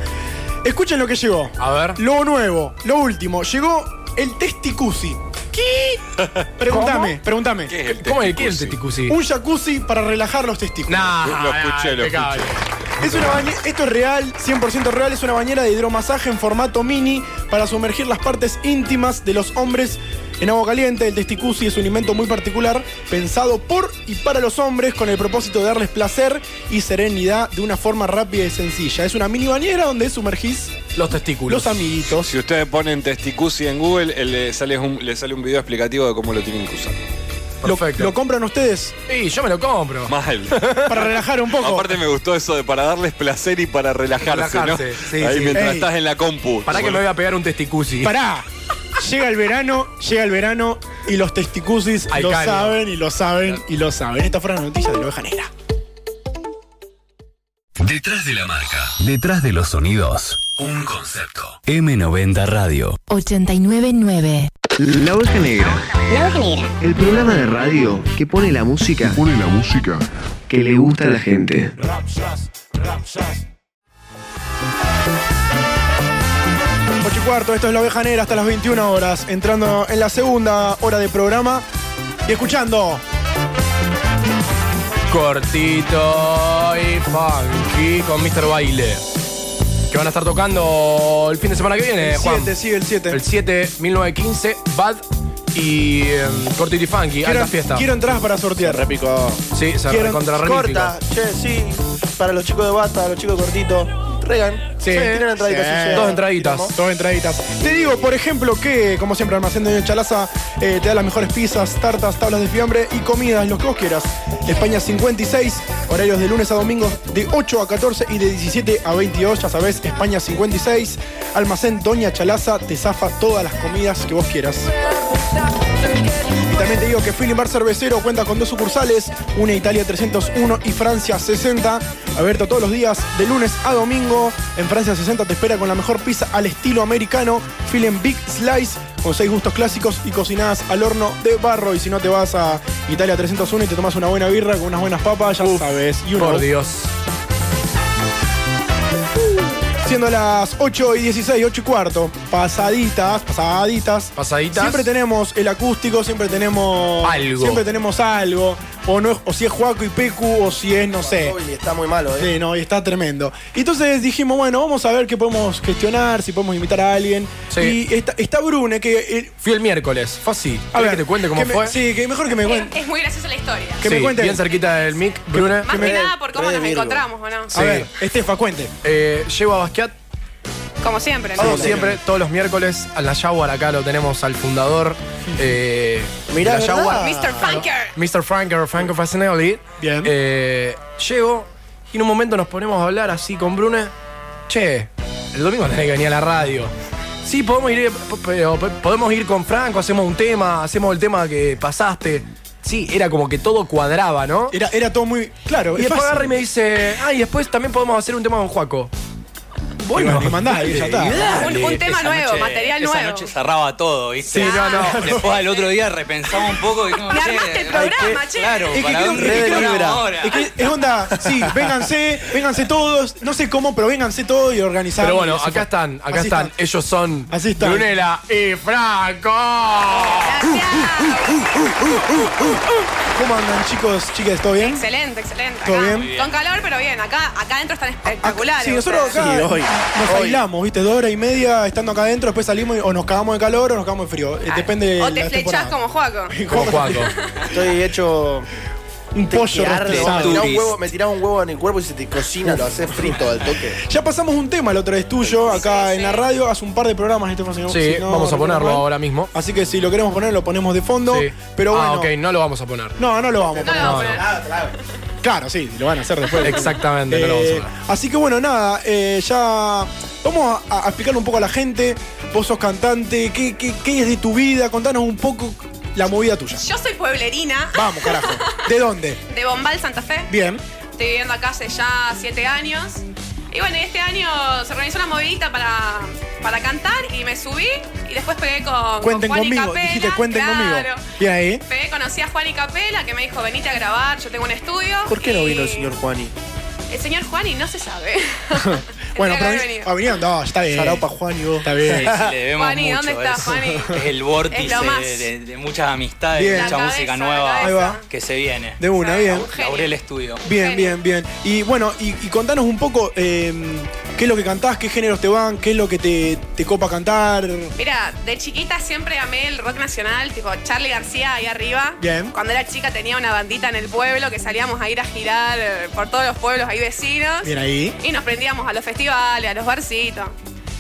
F: Escuchen lo que llegó. A ver. Lo nuevo, lo último. Llegó el testicusi. ¿Qué? Pregúntame,
E: ¿Cómo?
F: pregúntame.
E: ¿Qué es el ¿Cómo es? ¿Qué es el testicusi?
F: Un jacuzzi para relajar los testículos.
E: Nah, Lo- lo nah, escuché, lo impecable.
F: Es una bañe- esto es real, 100% real, es una bañera de hidromasaje en formato mini para sumergir las partes íntimas de los hombres en agua caliente. El testicusi es un invento muy particular pensado por y para los hombres con el propósito de darles placer y serenidad de una forma rápida y sencilla. Es una mini bañera donde sumergís
E: Los testículos.
F: Los amiguitos.
G: Si ustedes ponen testicusi en Google, eh, le sale un, le sale un video explicativo de cómo lo tienen que usar.
F: lo, lo compran ustedes.
E: Sí, yo me lo compro.
G: Mal.
F: Para relajar un poco.
G: Aparte me gustó eso de para darles placer y para relajarse, ¿no?
E: Relajarse, sí,
G: Ahí
E: sí.
G: mientras
E: Ey.
G: estás en la compu.
E: Pará que me voy a pegar un testicusi.
F: Pará. Llega el verano, llega el verano y los testicusis
E: Al
F: lo
E: caño.
F: saben y lo saben y lo saben. Esta fue la noticia de la oveja negra.
B: Detrás de la marca. Detrás de los sonidos. Un concepto. M90 Radio.
I: 899.
J: La oveja negra.
I: La Oveja Negra.
J: El programa de radio que pone la música. pone la música. Que le gusta a la gente.
F: Ocho y cuarto, esto es La Oveja Negra hasta las 21 horas, entrando en la segunda hora de programa y escuchando.
E: Cortito y funky con Mr. Baile. Que van a estar tocando el fin de semana que viene,
F: El
E: Eh, Juan.
F: 7, sí, el 7.
E: El 7, 1915, Bad y eh, Cortito y funky.
F: Quiero,
E: alta fiesta.
F: quiero entradas para sortear. Repico.
E: Sí, se
F: Quiero
E: recontra remípico.
F: Corta, che, sí. Para los chicos de bata, los chicos cortitos. Regan. Sí,
C: tienen entraditas, sí, llegan.
F: Dos entraditas. Dos entraditas. Te digo, por ejemplo, que como siempre Almacén de Chalaza eh, te da las mejores pizzas, tartas, tablas de fiambre y comidas, lo que vos quieras. España 56, horarios de lunes a domingo de 8 a 14 y de 17 a 22, ya sabés, España 56. Almacén Doña Chalaza te zafa todas las comidas que vos quieras. Y también te digo que Feeling Bar Cervecero cuenta con dos sucursales, una Italia 301 y Francia 60, abierto todos los días de lunes a domingo. En Francia 60 te espera con la mejor pizza al estilo americano, Feeling Big Slice, con seis gustos clásicos y cocinadas al horno de barro. Y si no te vas a Italia 301 y te tomas una buena birra con unas buenas papas, ya sabes. Y
E: Por Dios.
F: Siendo las 8 y 16, 8 y cuarto, pasaditas, pasaditas.
E: Pasaditas.
F: Siempre tenemos el acústico, siempre tenemos.
E: Algo.
F: Siempre tenemos algo. O, no, es- o si es Juaco y Pecu, o si es, no sé.
C: Está muy malo, ¿eh?
F: Sí, no, y está tremendo. Y entonces dijimos, bueno, vamos a ver qué podemos gestionar, si podemos invitar a alguien.
E: Sí.
F: Y está, está Brune, que. eh,
E: Fui el miércoles, fue así.
F: A
E: ¿Querés
F: ver,
E: que te cuente cómo
F: que me-
E: fue?
F: sí, que mejor que me cuente.
M: Es, es muy graciosa la historia.
F: Que me
E: Sí,
F: cuente.
E: Bien cerquita del mic, Bruna.
M: Más que nada por cómo nos encontramos, ¿o no?
E: A ver,
F: Estefa, cuente.
E: Eh, llego a Basquiat,
M: Como siempre, ¿no?
E: como siempre, todos los miércoles, a la Jaguar acá lo tenemos al fundador. Eh,
M: Mirá,
E: de la Jaguar.
M: Mr.
F: Ah,
M: Funker.
E: Mr. Franco, Franco Fasinelli. Bien. llego y en un momento nos ponemos a hablar así con Brune. Che, el domingo tenés que venir a la radio. Sí, podemos ir, p- pero p- podemos ir con Franco, hacemos un tema, hacemos el tema que pasaste. Sí, era como que todo cuadraba, ¿no?
F: Era, era todo muy. Claro, es
E: Y después
F: fácil.
E: agarra y me dice, ah, y después también podemos hacer un tema con Juaco. Bueno,
F: Y mandá, y ya está.
M: Un, un tema nuevo, material
O: esa
M: nuevo.
O: noche cerraba todo, ¿viste?
E: Sí, no, no.
O: Después al otro día repensaba un poco y como,
M: Me armaste el programa, che.
O: Claro,
F: Es que
O: para
F: creo-
O: un
F: es que creo-
O: programa ahora.
F: es que es onda, sí, vénganse, vénganse todos, no sé cómo, pero vénganse todos y organizar.
E: Pero bueno, acá están, acá
F: Así
E: están. Ellos son
F: Así están.
E: Brunella y Franco.
F: ¿Cómo andan, chicos, chicas? ¿Todo bien?
M: Excelente, excelente.
F: ¿Todo
M: acá.
F: bien? Muy bien. Ah,
M: Con calor, pero bien. Acá, acá adentro están espectaculares.
F: Sí, nosotros
M: ustedes.
F: acá nos aislamos, ¿viste? Dos horas y media estando acá adentro, después salimos y o nos cagamos de calor o nos cagamos de frío.
P: Ah,
F: Eh, Depende de
M: O
F: la
M: te flechás
F: temporada.
M: como Juaco.
F: Como Juaco.
C: Estoy hecho.
F: Un pollo
C: Tequearle,
F: rostizado.
C: me tirás un huevo- Me tirás un huevo en el cuerpo y se te cocina, lo haces frito al toque.
F: Ya pasamos un tema el otro es tuyo acá en la radio, hace un par de programas este fue, si no-
E: Sí,
F: si no
E: vamos a
F: recuerdo
E: ponerlo
F: mal.
E: ahora mismo.
F: Así que si lo queremos poner, lo ponemos de fondo.
E: Sí.
F: Pero bueno.
E: Ah, ok, no lo vamos a poner.
F: No, no lo vamos a
E: No lo
F: poner.
E: vamos a
F: Claro, sí, lo van a hacer después.
E: Exactamente, no lo vamos a
F: Eh, Así que bueno, nada, eh, ya vamos a, a explicarle un poco a la gente. Vos sos cantante, ¿qué, qué, qué es de tu vida? Contanos un poco la movida tuya.
M: Yo soy pueblerina
F: Vamos, carajo. ¿De dónde?
M: de Bombal, Santa Fe.
F: Bien.
M: Estoy viviendo acá hace ya siete años. Y bueno, este año se organizó una movidita para, para cantar y me subí y después pegué con,
F: Cuenten
M: con Juan y
F: conmigo.
M: Capela.
F: Dijiste, cuenten
M: claro.
F: conmigo. Bien ahí.
M: Pegué, conocí a Juan y Capela que me dijo, venite a grabar, yo tengo un estudio.
C: ¿Por qué no
M: Y
C: vino el señor Juani?
M: El señor Juan y no se sabe. Tendría que
F: Bueno, pero
M: haber
F: veni-
M: venido.
F: ah, vinieron dos, está bien.
C: Saraupa Juani, vos.
F: Está bien.
O: Sí, sí, le debemos
M: Juani,
O: mucho,
M: ¿dónde está,
O: es-
M: Juani?
O: Es el vórtice
M: Es lo más.
O: de, de muchas amistades,
F: Bien.
O: mucha
F: La
O: música
F: cabeza,
O: nueva
F: la Ahí va.
O: que se viene.
F: De Eh, una, bien.
O: Laurel Estudio.
F: Bien, bien, bien. Y bueno, y, y contanos un poco eh, qué es lo que cantás, qué géneros te van, qué es lo que te, te copa cantar.
M: Mira, de chiquita siempre amé el rock nacional, tipo Charlie García ahí arriba.
F: Bien.
M: Cuando era chica tenía una bandita en el pueblo que salíamos a ir a girar eh, por todos los pueblos ahí vecinos.
F: Bien ahí.
M: Y nos prendíamos a los festivales, a los barcitos.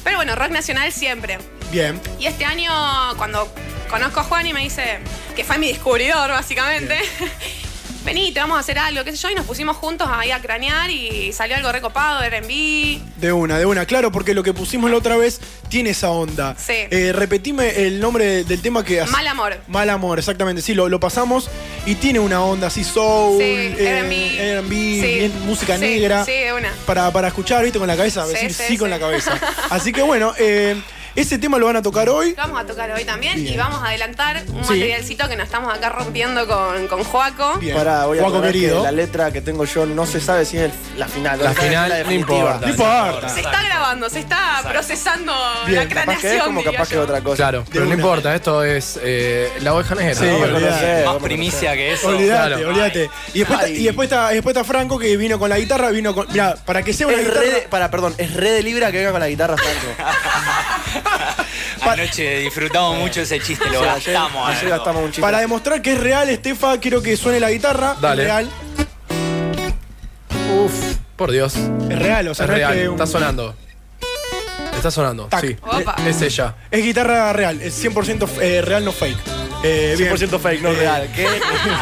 M: Pero bueno, rock nacional siempre.
F: Bien.
M: Y este año, cuando conozco a Juan y me dice que fue mi descubridor, básicamente. Vení, te vamos a hacer algo, qué sé yo, y nos pusimos juntos ahí a cranear y salió algo recopado, R&B.
F: De una, de una, claro, porque lo que pusimos la otra vez tiene esa onda.
M: Sí.
F: Eh, repetime el nombre de- del tema que hace-
M: Mal amor.
F: Mal amor, exactamente. Sí, lo, lo pasamos y tiene una onda así, soul,
M: Sí,
F: eh,
M: R&B.
F: R&B,
M: Sí.
F: bien, música
M: Sí,
F: negra.
M: Sí, de una.
F: Para, para escuchar, viste, con la cabeza,
M: Sí,
F: decir
M: sí,
F: sí,
M: sí.
F: con la cabeza. Así que bueno, eh, ese tema lo van a tocar hoy.
M: Vamos a tocar hoy también
F: Bien.
M: y vamos a adelantar un
F: Sí.
M: materialcito que nos estamos acá rompiendo con, con Joaco.
C: Pará, voy a
F: Juaco
C: aclarar que
F: querido.
C: la letra que tengo yo no se sabe si es el- la final.
E: La final, no
C: definitiva.
E: importa. No
F: importa.
M: Se está grabando, se está procesando la
C: capaz que es
M: creación.
C: como capaz que es otra cosa.
E: Claro, pero no importa, esto es eh, la oveja negra.
F: Sí,
E: ¿no?
F: olvidate,
E: Pero-
F: vamos a
O: Primicia que eso.
F: Olvídate,
E: Claro.
F: olvídate. Y después, está, y después está, después está Franco que vino con la guitarra, vino con. Mira, para que sea una
C: Es
F: guitarra.
C: re de- para, perdón, es re de libra que venga con la guitarra Franco.
O: Anoche disfrutamos mucho ese chiste, lo
C: Sí, ayer-
O: gastamos.
C: ayer
O: algo.
C: gastamos un chiste.
F: Para demostrar que es real, Estefa, quiero que suene la guitarra.
E: Dale.
F: Es real.
E: Por Dios.
F: Es real, o sea,
E: es
F: no es
E: real.
F: que un-
E: Está sonando. Está sonando. Sí.
F: Opa.
E: Es ella.
F: Es guitarra real, es 100% f- eh, real, no fake. Eh, bien.
C: 100% fake, no real. ¿Qué?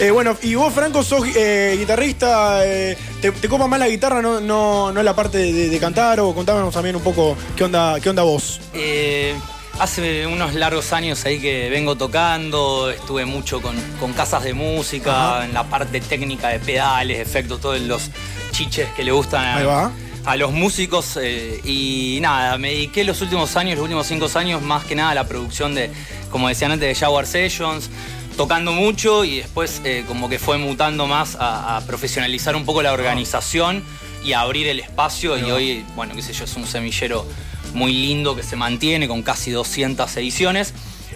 F: Eh, bueno, y vos, Franco, sos eh, guitarrista, eh, te, te copa más la guitarra, no, no, no la parte de, de cantar, o contámonos también un poco qué onda, qué onda vos.
O: Eh, hace unos largos años ahí que vengo tocando, estuve mucho con, con casas de música, en la parte técnica de pedales, efectos, todos los chiches que le gustan a-
F: Ahí va.
O: a los músicos eh, y nada, me dediqué los últimos años, los últimos cinco años, más que nada a la producción de, como decían antes, de Jaguar Sessions, tocando mucho y después eh, como que fue mutando más a, a profesionalizar un poco la organización y a abrir el espacio y hoy, bueno, qué sé yo, es un semillero muy lindo que se mantiene con casi 200 ediciones.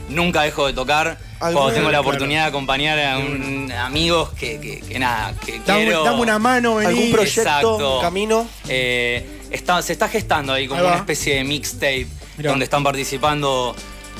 O: Nunca dejo de tocar cuando
F: Alguna,
O: tengo la
F: claro.
O: oportunidad de acompañar a un- amigos que, que- que nada, que
F: Dame,
O: quiero...
F: dame una mano, vení.
O: Algún proyecto, Exacto. un
F: camino.
O: Eh, está- se está gestando ahí como
F: Ahí va.
O: una especie de mixtape donde están participando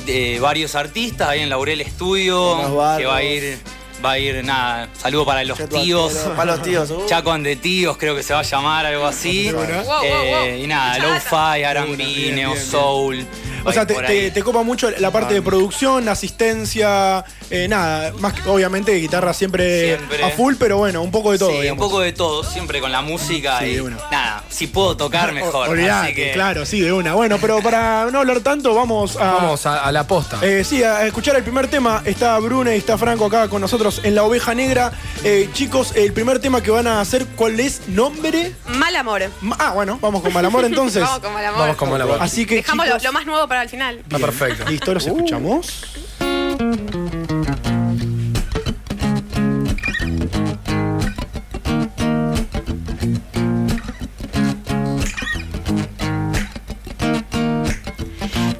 O: eh, varios artistas ahí en Laurel Studio
C: Buenos barcos.
O: que va a ir va a ir nada saludo para los tíos
C: Bartero, para los tíos, uh.
O: Chaco and the tíos creo que se va a llamar algo así
F: Wow, wow,
O: Eh, y nada lo-fi R&B neo soul
F: O sea, te,
O: por
F: te-
O: ahí. Ah.
F: te copa mucho la parte de producción, asistencia, eh, nada, más que, obviamente guitarra siempre,
O: Siempre.
F: a full, pero bueno, un poco de todo.
O: Sí, un
F: digamos.
O: poco de todo siempre con la música y nada si puedo tocar mejor
F: Olvidate,
O: así que
F: claro, sí, de una. Bueno, pero para no hablar tanto, vamos a.
E: Vamos a, a la posta.
F: Eh, sí, a escuchar el primer tema. Está Brune y está Franco acá con nosotros en La Oveja Negra. Eh, chicos, el primer tema que van a hacer, ¿cuál es? ¿Nombre?
M: Mal amor.
F: Ma- Ah, bueno, vamos con Malamor entonces.
M: Vamos con Malamor.
F: Vamos con Malamor. Así que.
M: Dejamos lo,
F: chicos,
M: lo más nuevo para el final.
F: bien, Listo, los escuchamos.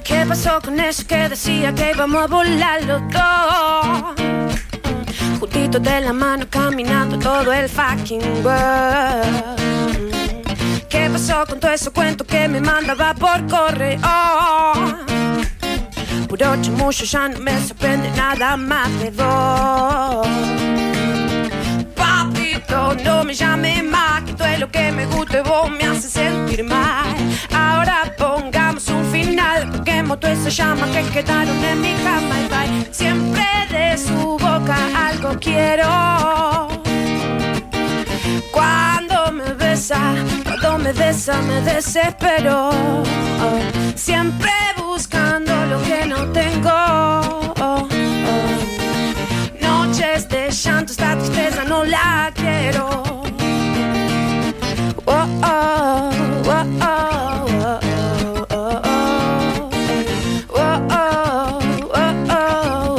P: ¿Qué pasó con eso que decía que íbamos a volar los dos? Juntito de la mano caminando todo el fucking world. ¿Qué pasó con todo ese cuento que me mandaba por correo? Puro mucho ya no me sorprende nada más de vos. Papito, no me llame más, que tú es lo que me gusta y vos me haces sentir mal. Ahora pongamos un final, porque todas esas llamas que quedaron en mi cama y bye. Siempre de su boca algo quiero. Cuando me besa, cuando me besa me desespero. Oh, siempre buscando lo que no tengo. Oh, oh. Noches de llanto, esta tristeza no la quiero. Oh, oh, oh, oh, oh, oh, oh, oh. Oh, oh, oh, oh,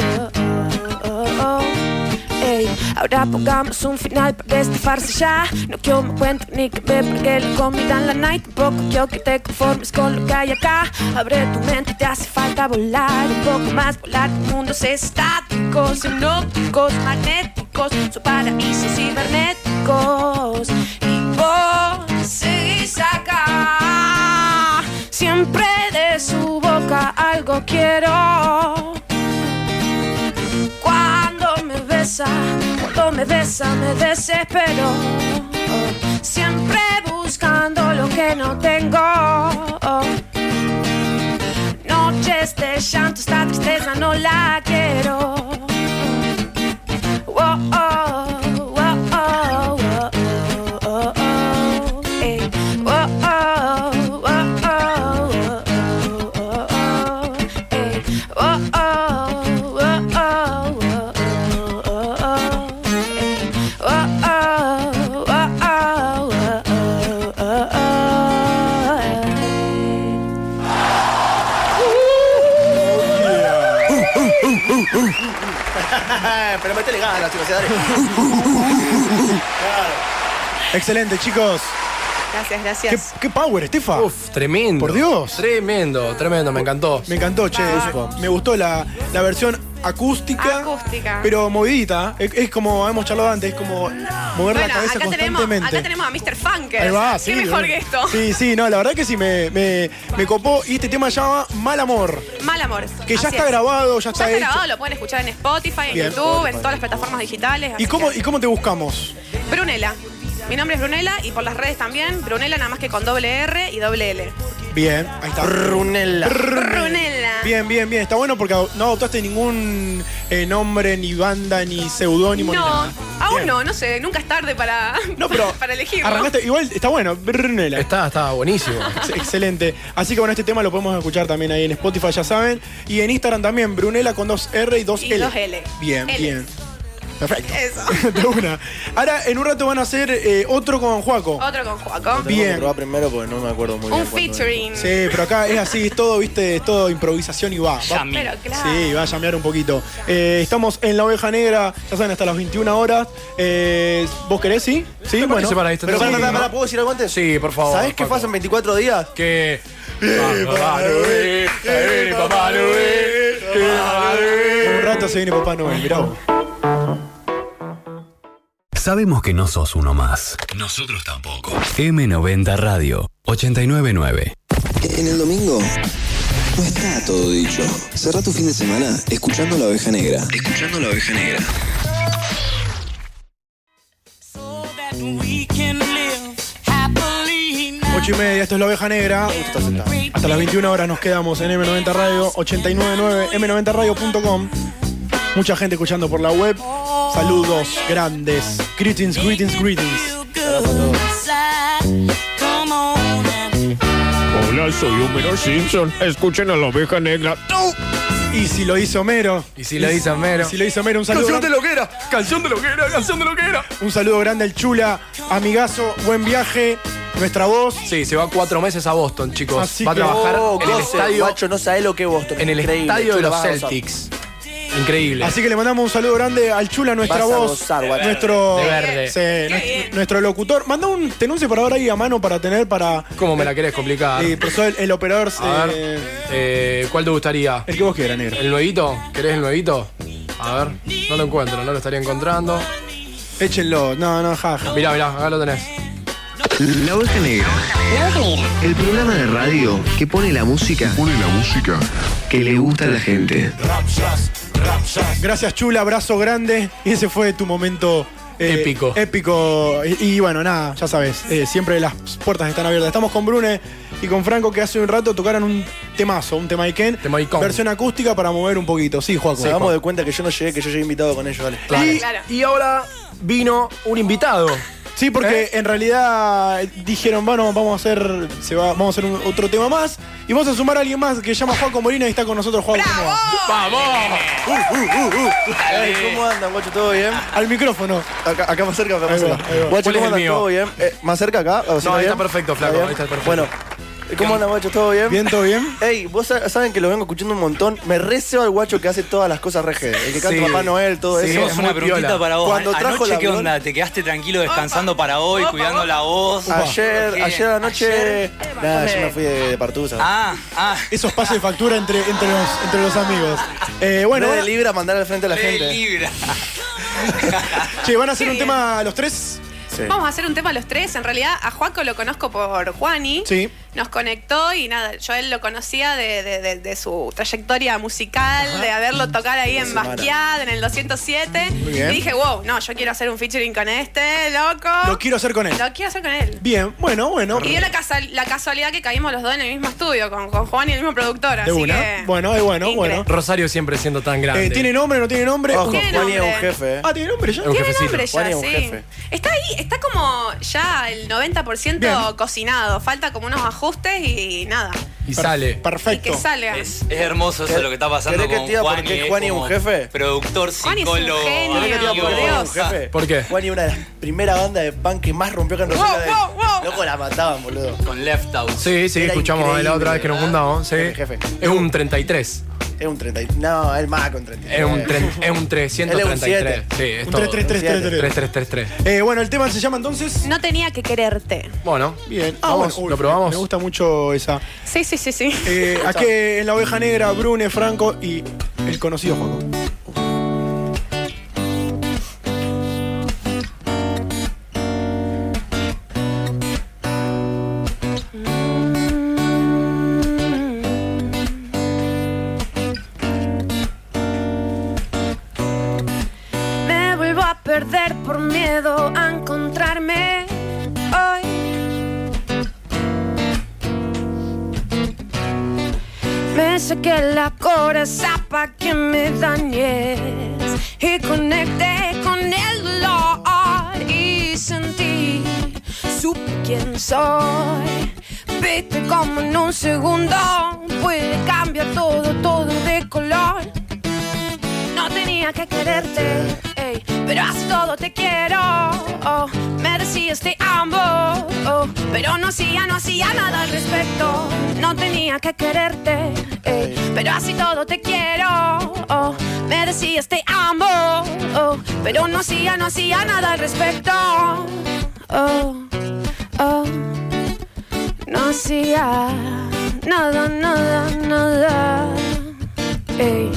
P: oh, oh. Ey, ahora pongamos un final para esta farsa ya. No quiero me cuento ni que me pegué la comida en la night. Tampoco quiero que te conformes con lo que hay acá. Abre tu mente, te hace falta volar un poco más. Volar con mundos estáticos, hipnóticos, magnéticos. Son paraísos cibernéticos. Y vos seguís acá. Siempre de su boca algo quiero. Cuando me besa, cuando me besa me desespero. Oh, Siempre buscando lo que no tengo. Oh. Noches de llanto, esta tristeza no la quiero. Oh, oh, oh, oh, oh, oh, oh, eh. Oh, oh, oh, oh, oh, oh, oh, eh. Oh, oh, oh, oh, oh, oh, oh, eh. Oh, oh, oh, oh, oh, oh, oh, eh.
C: Pero metele ganas, chicos, dale.
F: Excelente, chicos.
M: Gracias,
F: ¿Qué,
M: gracias.
F: qué power, Estefa.
E: Uf, tremendo. Por Dios. Tremendo, tremendo, me encantó.
F: Me encantó, che. Me gustó la, la versión acústica,
M: Acústica.
F: pero movidita. Es, es como hemos charlado antes, es como mover la
M: bueno,
F: cabeza
M: acá tenemos,
F: constantemente.
M: acá tenemos a Mr. Funker.
F: Ahí va,
M: ¿Qué
F: sí.
M: mejor
F: bueno.
M: que esto?
F: Sí, sí, no, la verdad que sí me, me, me copó. Y este tema se llama Mal Amor.
M: Mal amor.
F: Que ya
M: Así
F: está
M: es.
F: grabado, ya
M: Ya
F: está
M: está
F: hecho.
M: grabado, lo pueden escuchar en Spotify, en
F: Bien.
M: YouTube, en todas las plataformas digitales.
F: ¿Y
M: así
F: cómo,
M: que-
F: ¿Y cómo te buscamos?
M: Brunela. Mi nombre es Brunela y por las redes también, Brunela nada más que con doble R y doble L.
F: Bien, ahí está. Runella.
M: Brunella.
F: Bien, bien, bien. Está bueno porque no adoptaste ningún eh, nombre, ni banda, ni seudónimo, ni
M: No,
F: nada.
M: aún
F: Bien.
M: no, no sé, nunca es tarde para,
F: pero
M: para elegirlo.
F: Arrancaste, igual está bueno, Brunella. Está, está buenísimo. Excelente. Así que bueno, este tema lo podemos escuchar también ahí en Spotify, ya saben. Y en Instagram también, Brunella con dos R y dos
M: Y
F: L.
M: dos L.
F: Bien,
M: L.
F: bien. Perfecto.
M: Eso.
F: De una. Ahora en un rato van a hacer eh, otro con Juaco.
M: Otro con Juaco.
F: Bien.
C: primero porque no me acuerdo muy
M: Un featuring.
F: Sí, pero acá es así, es todo, viste, es todo improvisación y va. va
M: Pero claro.
F: Sí, va a llamear un poquito. Eh, estamos en la oveja negra, ya saben, hasta las 21 horas. Eh, ¿Vos querés, sí? Sí, bueno.
C: Pero pará,
F: sí,
C: pará,
F: ¿no?
C: pará, ¿puedo decir algo antes?
E: Sí, por favor.
C: ¿Sabés qué
E: Juaco.
C: pasa en 24 días?
E: Que.
F: Papá Noel, que viene Papá Noel, que viene Papá Noel. En un rato se viene Papá Noel, mirá vos.
B: Sabemos que no sos uno más. Nosotros tampoco. M90 Radio 899.
J: En el domingo no está todo dicho. Cerra tu fin de semana escuchando La Oveja Negra. Escuchando La Oveja Negra.
Q: We can live happily now.
F: 8 y media, esto es la oveja negra. Hasta las 21 horas nos quedamos en M90 Radio 899 m90radio.com. Mucha gente escuchando por la web. Saludos grandes. Greetings, greetings, greetings.
Q: Come on and
R: Hola, soy Homero Simpson. Escuchen a la oveja negra.
F: Y si lo hizo Homero. Y
E: si lo hizo Homero.
F: Y si lo hizo Homero, un saludo.
E: Canción de
F: loquera. Canción de loquera, canción de loquera. Un saludo grande al Chula. Amigazo, buen viaje. Nuestra voz.
E: Sí, se va cuatro meses a Boston, chicos.
F: Así
E: va a
F: que-
E: trabajar
F: Oh,
E: en el
F: gozo,
E: estadio.
F: macho,
C: no sabés lo que Boston.
E: En el
C: Increíble,
E: estadio de
C: chulo,
E: los
C: vas a gozar.
E: Celtics. Increíble.
F: Así que le mandamos un saludo grande al Chula, nuestra
E: Vas a
F: voz.
E: gozar, guacho.
F: nuestro,
E: De verde.
F: Sí, nuestro, nuestro locutor. Manda un, tenés un separador ahí a mano para tener para.
E: ¿Cómo me la querés complicar?
F: Sí, por eso el, el operador. se-
E: A ver, eh, ¿cuál te gustaría?
F: El que vos quieras, negro.
E: ¿El nuevito? ¿Querés el nuevito? A ver, no lo encuentro, no lo estaría encontrando.
F: Échenlo, no, no, jaja.
E: Mirá, mirá, acá lo tenés.
A: La Oveja Negra. El programa de radio que pone la música. Pone la música. Que le gusta a la gente.
F: Gracias, Chula, abrazo grande. Y ese fue tu momento. eh,
E: Épico.
F: Épico. Y, y bueno, nada, ya sabes, eh, siempre las puertas están abiertas. Estamos con Brune y con Franco que hace un rato tocaron un temazo, un tema Iken. Versión acústica para mover un poquito. Sí, Juaco.
C: Nos damos de cuenta que yo no llegué, que yo llegué invitado con ellos, dale.
F: Y-
E: y ahora vino un invitado.
F: Sí, porque en realidad dijeron, bueno, vamos a hacer, se va, vamos a hacer un- otro tema más y vamos a sumar a alguien más que se llama Juaco Molina y está con nosotros Juaco. ¿cómo va?
E: ¡Vamos!
C: Ey, ¿Cómo andan, guacho? ¿Todo bien?
F: Al micrófono.
C: Acá, acá más cerca, acá más
E: Ahí va,
C: cerca.
E: ahí va.
C: Guacho,
E: ¿Cuál
C: ¿cómo
E: es el
C: andan?
E: mío?
C: ¿Todo bien? Eh, ¿Más cerca acá? ¿O si
E: No, ahí
C: bien?
E: está perfecto, flaco, ahí está perfecto.
C: Bueno, ¿cómo andan, guacho? ¿Todo bien?
F: Bien, todo bien.
C: Ey, vos sa- saben que lo vengo escuchando un montón. Me receo al guacho que hace todas las cosas reje. El que canta
O: Sí.
C: Papá Noel, todo
O: Sí,
C: eso.
O: tenemos una preguntita para vos.
C: Cuando trajo
O: Anoche,
C: la
O: ¿qué
C: viol-
O: onda? ¿Te quedaste tranquilo descansando para hoy, cuidando la voz?
C: Ayer,
O: ¿Qué?
C: ayer anoche. Nada, yo
O: Dame.
C: me fui de, de partusa.
O: Ah, ah.
F: Esos pasos de factura entre, entre, los, entre los amigos. Eh, bueno,
C: No de
F: ahora-
C: libra mandar al frente a la
F: No de
C: gente.
O: libra.
F: che, ¿van a hacer
M: Qué
F: un
M: bien.
F: tema los tres? Sí.
M: Vamos a hacer un tema los tres. En realidad, a Juaco lo conozco por Juani.
F: Sí.
M: Nos conectó y nada, yo a él lo conocía de, de- de- de su trayectoria musical, de haberlo tocado ahí en
F: semana.
M: Basquiat, en el 207.
F: Muy bien.
M: Y dije, wow, no, yo quiero hacer un featuring con este, loco.
P: Ah.
F: Lo quiero hacer con él.
M: Lo quiero hacer con él.
F: Bien, bueno, bueno. Eh,
M: Y dio la, casa- la casualidad que caímos los dos en el mismo estudio, con, con Juan y el mismo productor.
F: De
M: así
F: una.
M: que.
F: Bueno, es bueno, bueno.
E: Rosario siempre siendo tan grande.
F: Eh, ¿Tiene nombre no tiene nombre?
E: Ojo,
M: Tiene Juan y es un nombre.
E: jefe, eh.
F: Ah, tiene nombre ya.
E: Es un
M: Tiene
E: jefecito.
M: nombre
E: Juan
M: ya,
E: es un
M: sí.
E: jefe.
M: Está ahí, está como ya el 90% cocinado. Falta como unos ajustes y nada.
E: Y sale.
O: Perfecto.
M: Que salga.
O: Es hermoso eso lo que está pasando
C: ¿Querés que
O: con
C: te diga por
O: Juan.
C: qué Juan es un
O: jefe? Productor,
M: Juan es un
O: psicólogo.
M: genio.
O: amigo.
M: ¿Querés que te diga por Dios?
C: Jefe.
E: ¿Por qué?
C: Juan y una de las primeras bandas de punk que más rompió acá en Rosario.
M: wow, wow.
C: Loco, la mataban, boludo.
O: Con Left Out.
E: Sí, sí,
C: Era
E: escuchamos la otra vez que nos juntamos. Sí.
C: jefe.
E: Es un 33.
C: Es un 30. y- No, es más con 30.
E: Es un, tren- es un 333. Sí, es
F: Un
E: todo.
F: 333.
E: 3333.
F: Eh, bueno, el tema se llama entonces.
M: No tenía que quererte.
E: Bueno,
F: Bien,
E: Ah,
F: vamos,
E: bueno,
F: Uy,
E: lo probamos.
F: Me gusta mucho esa.
M: Sí, sí, sí, sí.
F: Eh, aquí en la oveja negra, Brune, Franco y el conocido Juaco.
P: Me vuelvo a perder por miedo a encontrarme hoy. me saqué la coraza pa' que me dañes y conecté con el dolor y sentí, supe quién soy. Viste como en un segundo puede cambiar todo, todo de color. No tenía que quererte, ey, pero hace todo te quiero. Oh, merecías te amo, oh, pero no hacía, no hacía nada al respecto. No tenía que quererte, ey, pero así todo te quiero. Oh, merecías te amo, oh, pero no hacía, no hacía nada al respecto. Oh, oh, no hacía nada, nada, nada. Ey.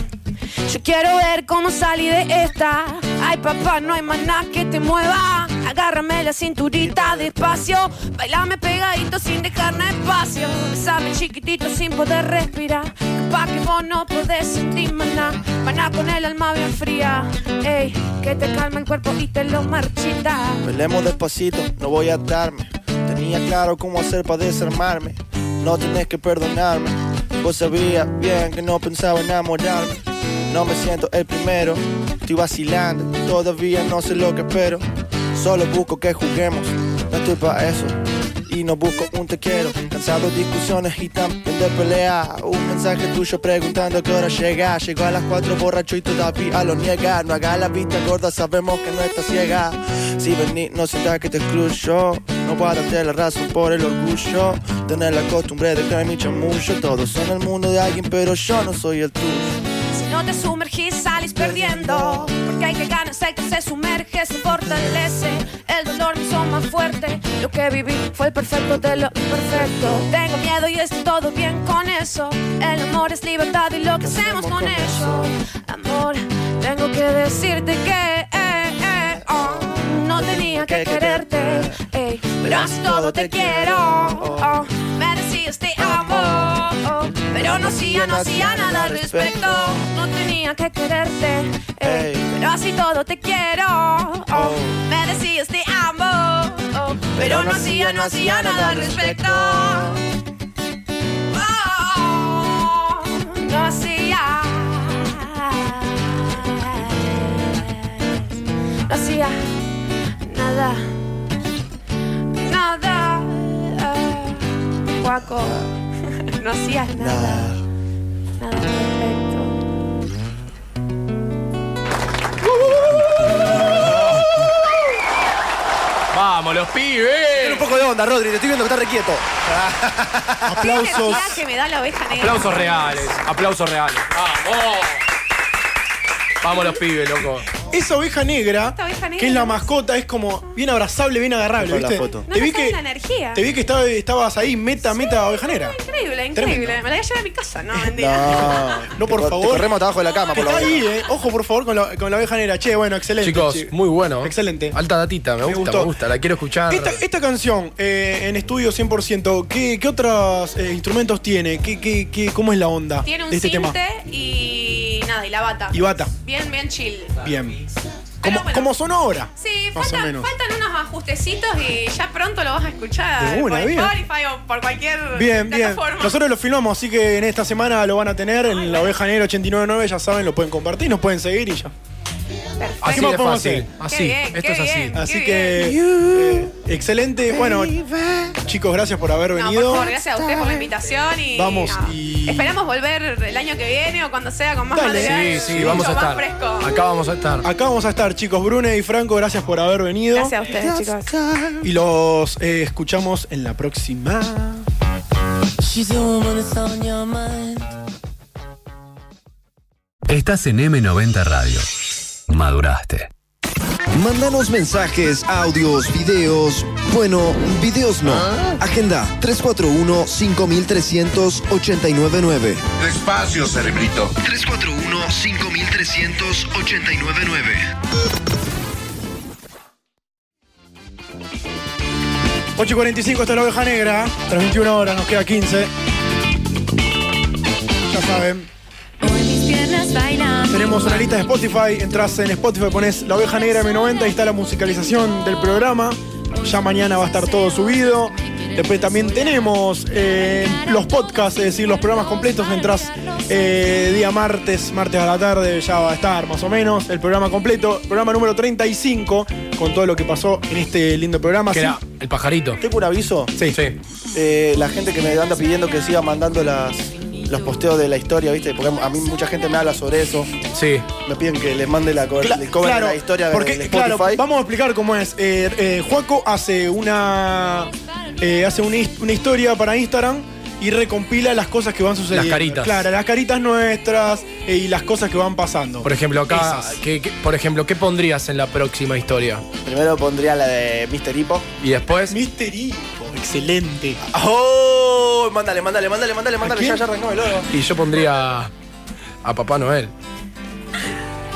P: Yo quiero ver cómo salí de esta. Ay, papá, no hay más nada que te mueva. Agárrame la cinturita despacio. Bailame pegadito sin dejarme espacio. Besame chiquitito sin poder respirar. Capaz que vos no podés sentir más nada. Maná con el alma bien fría. Ey, que te calma el cuerpo y te lo marchita.
C: Velemos despacito, no voy a atarme. Tenía claro cómo hacer para desarmarme. No tenés que perdonarme. Vos sabías bien que no pensaba enamorarme. No me siento el primero. Estoy vacilando, todavía no sé lo que espero. Solo busco que juguemos, no estoy para eso. Y no busco un te quiero. Cansado de discusiones y también de pelea. Un mensaje tuyo preguntando a qué hora llega. Llegó a las 4 borracho y todavía lo niega. No haga la vista gorda, sabemos que no está ciega. Si venís, no sientas que te excluyo. No voy a darte la razón por el orgullo. Tener la costumbre de creer mi chamullo. Todos son el mundo de alguien, pero yo no soy el tuyo.
P: Si no te sumergís, salís perdiendo. Porque hay que ganar, hay que se sumerge, se fortalece. El dolor me hizo más fuerte. Lo que viví fue el perfecto de lo imperfecto. Tengo miedo y estoy todo bien con eso. El amor es libertad y lo que hacemos con eso. Amor, tengo que decirte que. eh, eh, oh, no tenía que quererte, ey, pero hace todo te quiero. Oh, merecías te amo, oh, pero no hacía, no hacía nada al respecto. No tenía que quererte, ey, pero así todo te quiero. Oh, merecías te amo, oh, pero no hacía, no hacía nada al respecto. Oh, no hacía, no hacía nada, nada, Guaco, no hacías nada.
E: ¡Vamos, los pibes!
C: Tiene un poco de onda, Rodri, te estoy viendo que estás requieto.
M: Qué energía que me da la oveja negra.
E: Aplausos reales, aplausos reales. ¡Vamos! Vamos los pibes, loco.
F: Esa oveja negra,
M: Esta oveja negra.
F: que es la mascota, es como bien abrazable, bien agarrable.
C: Ojalá
F: ¿viste?
C: la foto.
M: No
F: Te vi
M: me sale
F: que
M: la energía.
F: Te vi que estaba- estabas ahí, meta, meta, oveja negra.
M: Increíble, increíble.
F: Tremendo.
M: Me la voy a llevar a mi casa, no, mentira.
F: No, no, por favor. corremos
C: abajo de la cama,
F: por
M: la
F: Está ahí, eh. Ojo, por favor, con la, con la oveja negra. Che, bueno, excelente.
E: Chicos,
F: che.
E: muy bueno. Excelente. Alta datita, me, gusta,
F: gustó.
E: me gusta. La quiero escuchar.
F: Esta, esta canción, eh, en estudio 100%, ¿qué, qué otros eh, instrumentos tiene? ¿Qué, qué, qué, ¿Cómo es la onda
M: Tiene un
F: de este tema?
M: cinte y nada, y la bata.
F: Y bata.
M: Bien, bien chill.
F: Bien. ¿Cómo, cómo son ahora?
M: Sí,
F: Más o
M: faltan,
F: menos.
M: faltan unos ajustecitos y ya pronto lo vas a escuchar
F: De una,
M: por
F: bien.
M: Spotify o por cualquier
F: Bien, bien.
M: plataforma.
F: Nosotros lo filmamos, así que en esta semana lo van a tener en la oveja negra 899, ya saben, lo pueden compartir, nos pueden seguir y ya.
E: Así
F: ¿Qué más
E: de
F: podemos
E: fácil.
F: hacer?
E: Así, Qué bien, esto qué es así. bien,
F: Así
E: qué
F: que eh, excelente, bueno, chicos, gracias por haber
M: No,
F: venido.
M: por favor, gracias a ustedes por la invitación y
F: Vamos
M: nada. esperamos volver el año que viene o cuando sea con más material. mucho Más fresco.
E: vamos a estar.
F: Acá vamos a estar, chicos. Brune y Franco, gracias por haber venido.
M: Gracias a ustedes, chicos.
F: Y los eh, escuchamos en la próxima.
Q: She's the woman that's on your mind.
B: Estás en M90 Radio. Maduraste.
N: Mándanos mensajes, audios, videos. Bueno, videos no. Agenda 341-53899.
A: Despacio, cerebrito.
N: 341-53899.
F: 8.45 está la oveja negra. Tras 21 horas, nos queda 15. Ya saben. Tenemos una lista de Spotify. Entras en Spotify, pones la oveja negra M90 y está la musicalización del programa. Ya mañana va a estar todo subido. Después también tenemos eh, los podcasts, es decir, los programas completos. Entras Eh, día martes, martes a la tarde, ya va a estar más o menos el programa completo. Programa número 35, con todo lo que pasó en este lindo programa.
E: Que
F: Sí.
E: era el pajarito.
C: Tengo un aviso.
F: Sí.
C: Eh, la gente que me anda pidiendo que siga mandando las, los posteos de la historia, ¿viste? Porque a mí mucha gente me habla sobre eso.
E: Sí.
C: Me piden que les mande la cover,
F: Cla-
C: el cover
F: claro,
C: de la historia de-
F: porque,
C: del Spotify.
F: claro, vamos a explicar cómo es. Eh, eh, Juaco hace una eh, hace una, his- una historia para Instagram y recompila las cosas que van sucediendo.
E: Las caritas.
F: Claro, las caritas nuestras eh, y las cosas que van pasando.
E: Por ejemplo, acá,
F: Esas.
E: ¿qué, qué- por ejemplo, ¿qué pondrías en la próxima historia?
C: Primero pondría la de Mr. Hippo.
E: Y después.
F: Mr. excelente.
C: ¡Oh! Mándale, mándale, mándale, mándale, mándale. Ya,
F: quién?
C: ya arrancó el oro.
E: Y yo pondría a Papá Noel.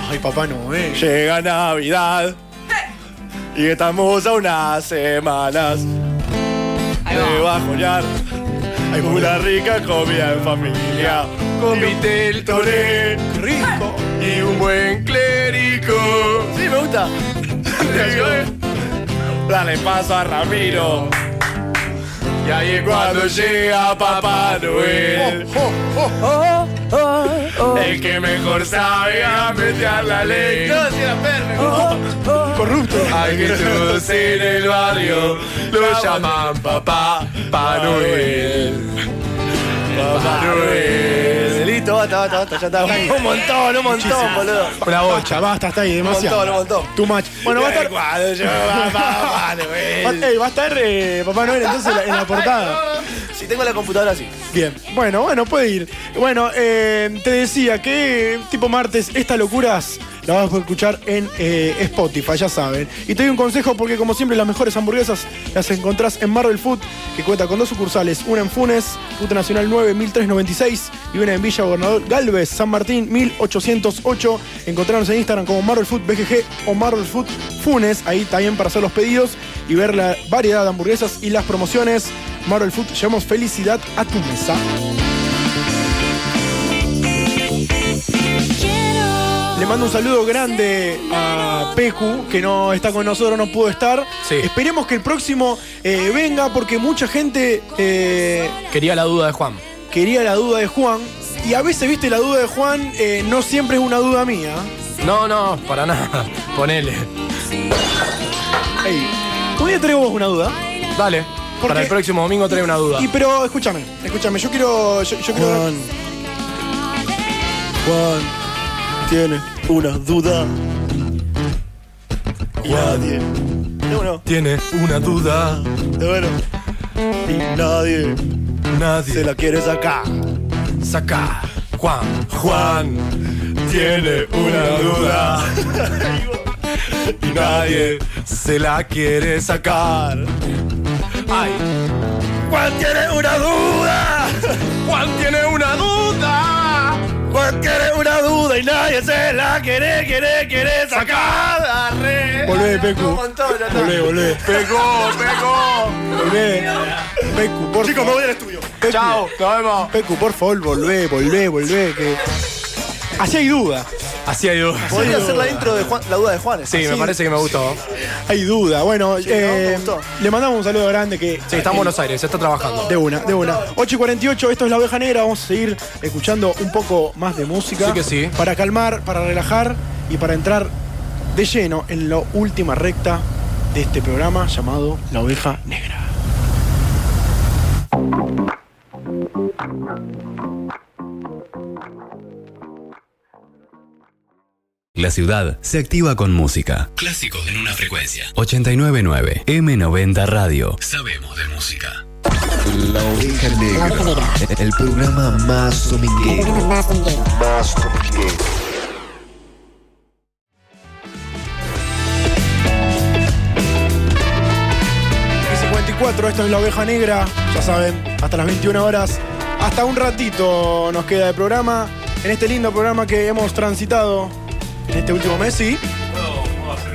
F: Ay, Papá eh. Noel.
C: Llega Navidad. Y estamos a unas semanas de bajonear. Hay una rica comida en familia.
E: Comité el
C: toré
F: rico
E: y un buen clérico.
C: Sí, me gusta.
E: eh.
F: Dale paso a Ramiro.
E: Y ahí es cuando llega Papá Noel.
F: El
E: que mejor sabe a meter la ley.
F: Corrupto.
E: Hay que todos en el barrio lo llaman Papá Noel. Papá Noel.
C: Listo, basta, basta, basta, ya está. Un montón, un montón, boludo.
F: Una bocha, basta, está ahí, demasiado.
C: Un montón, un montón.
F: Too much. Bueno, va a estar.
C: Cuando yo va Papá Noel.
F: Va- eh, va a estar eh, Papá Noel entonces en la portada.
C: Si tengo la computadora, sí.
F: Bien, bueno, bueno, puede ir. Bueno, eh, te decía que eh, tipo martes estas locuras las vas a poder escuchar en eh, Spotify, ya saben. Y te doy un consejo porque como siempre las mejores hamburguesas las encontrás en Marvel Food, que cuenta con dos sucursales, una en Funes, Ruta Nacional 9, 1396 y una en Villa Gobernador Galvez, San Martín, 1808. Encontrarnos en Instagram como Marvel Food BGG o Marvel Food Funes, ahí también para hacer los pedidos y ver la variedad de hamburguesas y las promociones. Marvel Food, llevamos felicidad a tu mesa. Le mando un saludo grande a Pecu, que no está con nosotros, no pudo estar. Esperemos que el próximo eh, venga, porque mucha gente eh,
E: Quería la duda de Juan.
F: quería la duda de Juan. Y a veces, viste, la duda de Juan eh, no siempre es una duda mía.
E: No, no, para nada. Ponele.
F: Ey, ¿Un día traigo vos una duda?
E: Dale.
F: Porque-
E: Para el próximo domingo trae una duda.
F: Y pero escúchame, escúchame, yo quiero. Yo, yo quiero-
C: Juan tiene una duda. Y nadie.
E: Tiene una duda.
C: Bueno. Y nadie.
E: Nadie.
C: Se la quiere sacar.
E: Saca. Juan. Juan. Tiene una duda. y nadie se la quiere sacar. Ay.
C: Juan tiene una duda.
E: Juan tiene una duda.
C: Juan tiene una duda y nadie se la quiere, quiere, quiere sacar. Arre.
F: Volvé, Pecu. Volvé, volvé.
E: Pegó, pegó.
F: Volvé. Pecu, por Chicos, me voy al estudio. Chao,
E: nos vemos.
F: Pecu, por favor, volvé, volvé, volvé. Que... Así hay duda.
E: Así hay duda.
C: Podría hacer la intro de Juan, la duda de Juan.
E: Sí, me parece que me gustó.
F: Hay duda. Bueno, eh, le mandamos un saludo grande que.
E: Sí, está en Buenos Aires, se está trabajando.
F: De una, de una. 8 y 48, esto es La Oveja Negra. Vamos a seguir escuchando un poco más de música.
E: Sí que sí.
F: Para calmar, para relajar y para entrar de lleno en la última recta de este programa llamado La Oveja Negra.
B: La ciudad se activa con música.
A: Clásicos en una frecuencia.
B: 899 M90 Radio.
A: Sabemos de música.
N: La Oveja Negra. El programa más dominguero. Más dominguero.
F: Y 54, esto es La Oveja Negra, ya saben, hasta las 21 horas, hasta un ratito nos queda de programa, en este lindo programa que hemos transitado en este último mes, sí.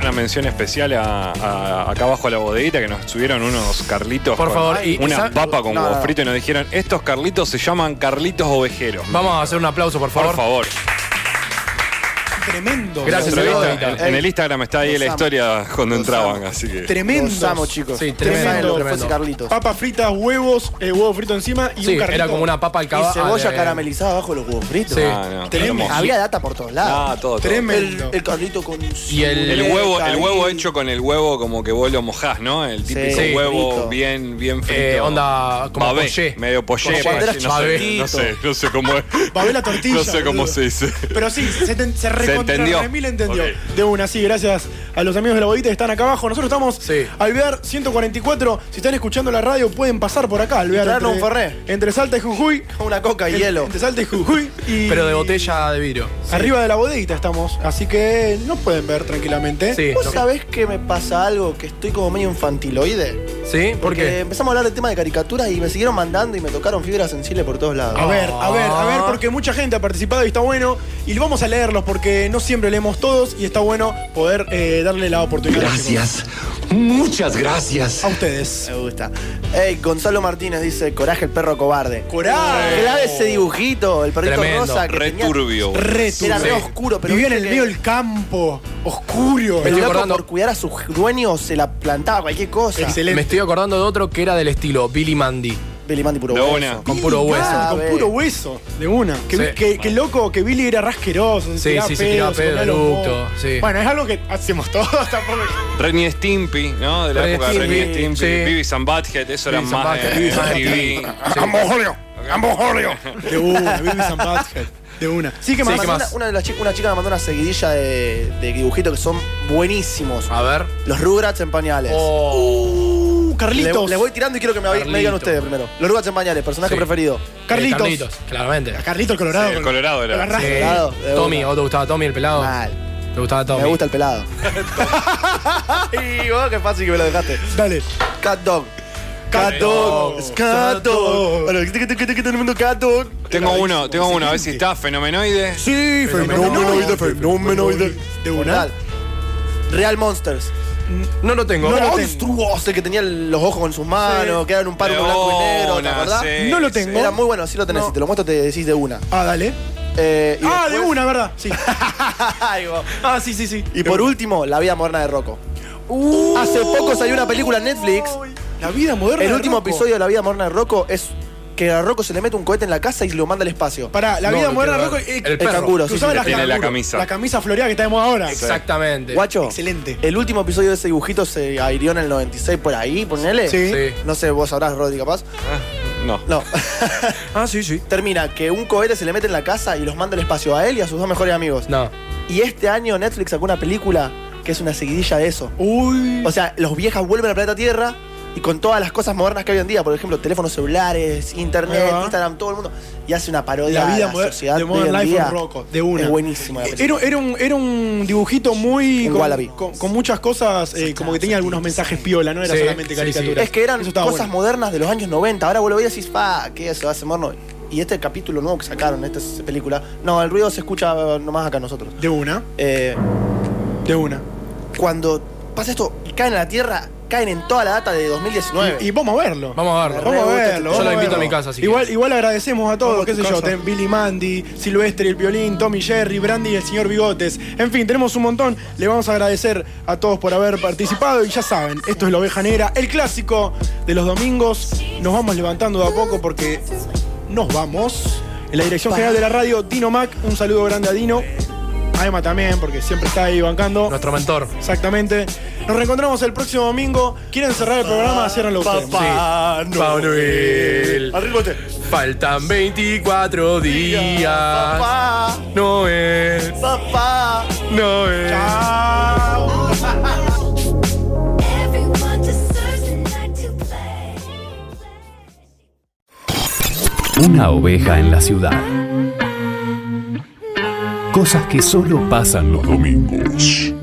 G: Una mención especial a, a- acá abajo a la bodeguita que nos subieron unos carlitos.
E: Por
G: con
E: favor, y-
G: una
E: ¿sabe?
G: papa con
E: No,
G: huevo
E: no.
G: frito y nos dijeron: estos carlitos se llaman carlitos ovejero.
E: Vamos a hacer un aplauso, por favor.
G: Por favor. eh,
F: tremendo.
G: Gracias,
F: Lo
G: Evita.
F: amo.
G: En, en el Instagram está ahí
F: Los
G: la
F: amo.
G: historia cuando entraban, así que.
F: Tremendo.
C: Los amo, chicos.
F: Sí,
C: Ustedes saben
F: tremendo.
C: lo que fue ese Carlitos.
F: Papas fritas, huevos, eh, huevo frito encima y
C: Sí,
F: un carrito.
C: era como una papa al caba-
F: caballo.
C: Y
G: Ah,
E: Eh,
C: cebolla caramelizada abajo de los huevos fritos.
F: Sí. Ah, no,
C: Tremendo.
F: hermoso.
C: Había data por todos lados.
G: Ah, todo, todo.
C: Tremendo. El, el Carlito con
G: Y el, huevo, el huevo hecho con el huevo como que vos lo mojás, ¿no? El típico
E: Sí,
G: huevo
E: frito.
G: bien, bien frito.
E: Eh, onda como
G: Babé,
E: poché.
G: Medio poché,
E: Como cuando
G: poché,
E: eras
G: no, sé,
E: chavito.
G: no sé, no sé cómo es.
F: Babé la tortilla,
G: No sé cómo
F: boludo.
G: se dice.
F: Pero sí, se, ten- se recontra
G: entendió.
F: remil entendió.
G: Ok.
F: De una, sí, gracias a los amigos de la bodita que están acá abajo. Nosotros estamos Alvear 144. Si están escuchando la radio, pueden pasar por acá, Alvear.
C: Traernos
F: entre-
C: un ferré.
F: Entre Salta y Jujuy.
C: Una coca y
F: En-
C: hielo.
F: Entre Salta y Jujuy. Y
E: Pero de botella de vidrio.
F: arriba de la bodita estamos. Así que nos pueden ver tranquilamente.
C: ¿Vos sabés que me pasa algo? Que estoy como medio infantiloide.
E: ¿Sí? ¿Por
C: Porque
E: qué?
C: empezamos a hablar de tema de caricaturas y me siguieron mandando y me tocaron fibras sensibles por todos lados.
F: A ver, a ver, a
E: Ah.
F: ver, porque mucha gente ha participado y está bueno. Y vamos a leerlos porque no siempre leemos todos y está bueno poder eh, darle la oportunidad.
N: Gracias. Muchas gracias.
F: A ustedes.
C: Me gusta. Ey, Gonzalo Martínez dice, coraje el perro cobarde.
F: Coraje.
C: Clave ese dibujito, el perrito
G: Tremendo.
C: rosa. Que
G: Re
C: tenía-
G: turbio.
F: Re turbio.
C: Era re
F: Sí.
C: oscuro, pero
F: Vivía en
C: viste
F: el
C: que-
F: medio del campo, oscuro.
C: el loco por cuidar a sus dueños se la plantaba cualquier cosa.
E: Me estoy acordando de otro que era del estilo Billy Mandy.
C: Billy Mandy puro
E: de
C: hueso.
E: Una. Con puro
F: Billy
E: hueso.
C: Ah,
F: Mandy, Con puro hueso, de una. Que,
E: Sí.
F: que- que loco, que Billy era rasqueroso.
E: Sí, sí, se tiraba pedo,
F: comía los
E: eructo,
F: mocos.
E: sí.
F: Bueno, es algo que hacemos todos tampoco.
G: Renny Stimpy, ¿no? De la
E: Ren y
G: época de
E: Stimpy,
G: Renny Stimpy.
E: sí.
G: Vivi and Butthead, eso era
E: Beavis and
G: más
E: Butthead,
G: de
E: Beavis and
G: TV.
F: Ambojolio, ambojolio. De una, Billy and Butthead, De una.
C: Sí, que
F: me
C: me mandó Una, una de las chi- una chica me mandó una seguidilla de, de dibujitos que son buenísimos.
E: A ver.
C: Los Rugrats en pañales.
F: Uh, Carlitos.
C: Le, le voy tirando y quiero que me, me digan
E: Carlitos.
C: ustedes primero. Los Rugrats en pañales, personaje
E: Sí.
C: preferido.
E: Eh, Carlitos. claramente.
F: Carlitos Colorado.
E: Sí, el
G: Eh, Colorado
E: era.
C: Sí. Colorado, de
E: Eh, Tommy,
C: una.
E: ¿o te gustaba Tommy el pelado? ¿Te gustaba Tommy?
C: Me gusta el pelado. y vos, qué fácil que me lo dejaste.
F: Dale.
C: Cat Dog. Cat Dog. Es Cat Dog. Bueno, ¿qué- qué- qué- qué- qué todo el mundo Cat Dog?
G: Tengo uno, tengo uno, a ver si está fenomenoide.
C: Sí, fenomenoide, fenomenoide. De una. Real Monsters.
E: No lo tengo.
C: No
E: No lo
C: Monstruoso, el que tenía los ojos con sus manos, que eran un par
G: De
C: con blanco y negro, ¿te
G: una,
C: acordás?
G: sí, No lo
F: tengo. sí.
C: Era muy bueno, si lo tenés,
F: No.
C: si te lo muestro te decís de una.
F: Ah, dale.
C: Eh, y
F: Ah, de
C: después-
F: una, ¿verdad? Sí.
C: Ay, vos.
F: Ah, sí, sí, sí. Uh.
C: Y por último, La vida moderna de Rocco. Hace poco salió una película en Netflix.
F: La vida moderna.
C: El
F: de
C: úlimo
F: Rocco.
C: episodio de La vida moderna de Rocco es que a Rocco se le mete un cohete en la casa y lo manda al espacio.
F: Pará, la
C: No,
F: vida
C: no
F: moderna de
C: quiero
F: Rocco.
C: ver.
F: eh,
C: el canguro.
F: ¿Tú sabes
G: Tiene la
F: canguro?
G: camisa.
F: La camisa floreada que tenemos ahora.
E: Exactamente.
C: Guacho.
F: Excelente.
C: El último episodio de ese dibujito se airió en el 96 por ahí, ponele.
F: Sí. Sí.
C: No sé, vos sabrás, Rodri, capaz.
G: No.
C: No.
E: ah, sí, sí.
C: Termina que un cohete se le mete en la casa y los manda al espacio a él y a sus dos mejores amigos.
E: No.
C: Y este año Netflix sacó una película que es una seguidilla de eso.
F: Uy.
C: O sea, los viejas vuelven al planeta Tierra y con todas las cosas modernas que hay hoy en día, por ejemplo, teléfonos celulares, internet,
F: Ahí va.
C: Instagram, todo el mundo, y hace una parodia
F: La
C: de
F: vida
C: la
F: moder-
C: sociedad
F: de
C: de hoy en
F: Modern Life
C: día.
F: of Rocco, de una. Eh,
C: Es buenísimo. la película.
F: Era, era un, era un dibujito muy.
C: Un wallaby.
F: con, con- con muchas cosas, eh, como que tenía algunos mensajes piola, no era
C: Sí,
F: solamente
C: sí, sí.
F: caricatura.
C: Es que eran
F: Eso
C: cosas
F: estaba bueno.
C: modernas de los años 90. Ahora vos lo veías y decís, pa, ¿qué eso hace morno? Y este capítulo nuevo que sacaron, esta es- película. No, el ruido se escucha eh, nomás acá nosotros.
F: De una.
C: Eh,
F: De una.
C: cuando pasa esto y caen a la Tierra, caen en toda la data de 2019.
F: Y, y vamos a verlo.
E: Vamos a verlo.
F: Vamos a
C: Me re gusta
F: verlo.
E: Yo
F: vamos
E: lo invito
F: verlo.
E: a mi casa, si
F: igual,
E: querés.
F: igual agradecemos a todos,
E: Vamos a
F: qué
E: tu
F: sé yo,
E: casa.
F: ten Billy Mandy, Silvestre, el violín, Tommy Jerry, Brandy y el señor Bigotes. En fin, tenemos un montón. Le vamos a agradecer a todos por haber participado y ya saben, esto es la oveja negra, el clásico de los domingos. Nos vamos levantando de a poco porque nos vamos. En la dirección general de la radio, Dino Mac, un saludo grande a Dino. A Emma también, porque siempre está ahí bancando.
E: Nuestro mentor.
F: Exactamente. Nos reencontramos el próximo domingo. ¿Quieren cerrar el programa? Cierranlo ustedes.
E: Papá
F: Sí.
E: Noel. Faltan 24 días.
F: Papá.
E: Noel.
C: Papá.
E: Noel.
P: Everyone deserves a night to play.
B: Una oveja en la ciudad. Cosas que solo pasan los domingos.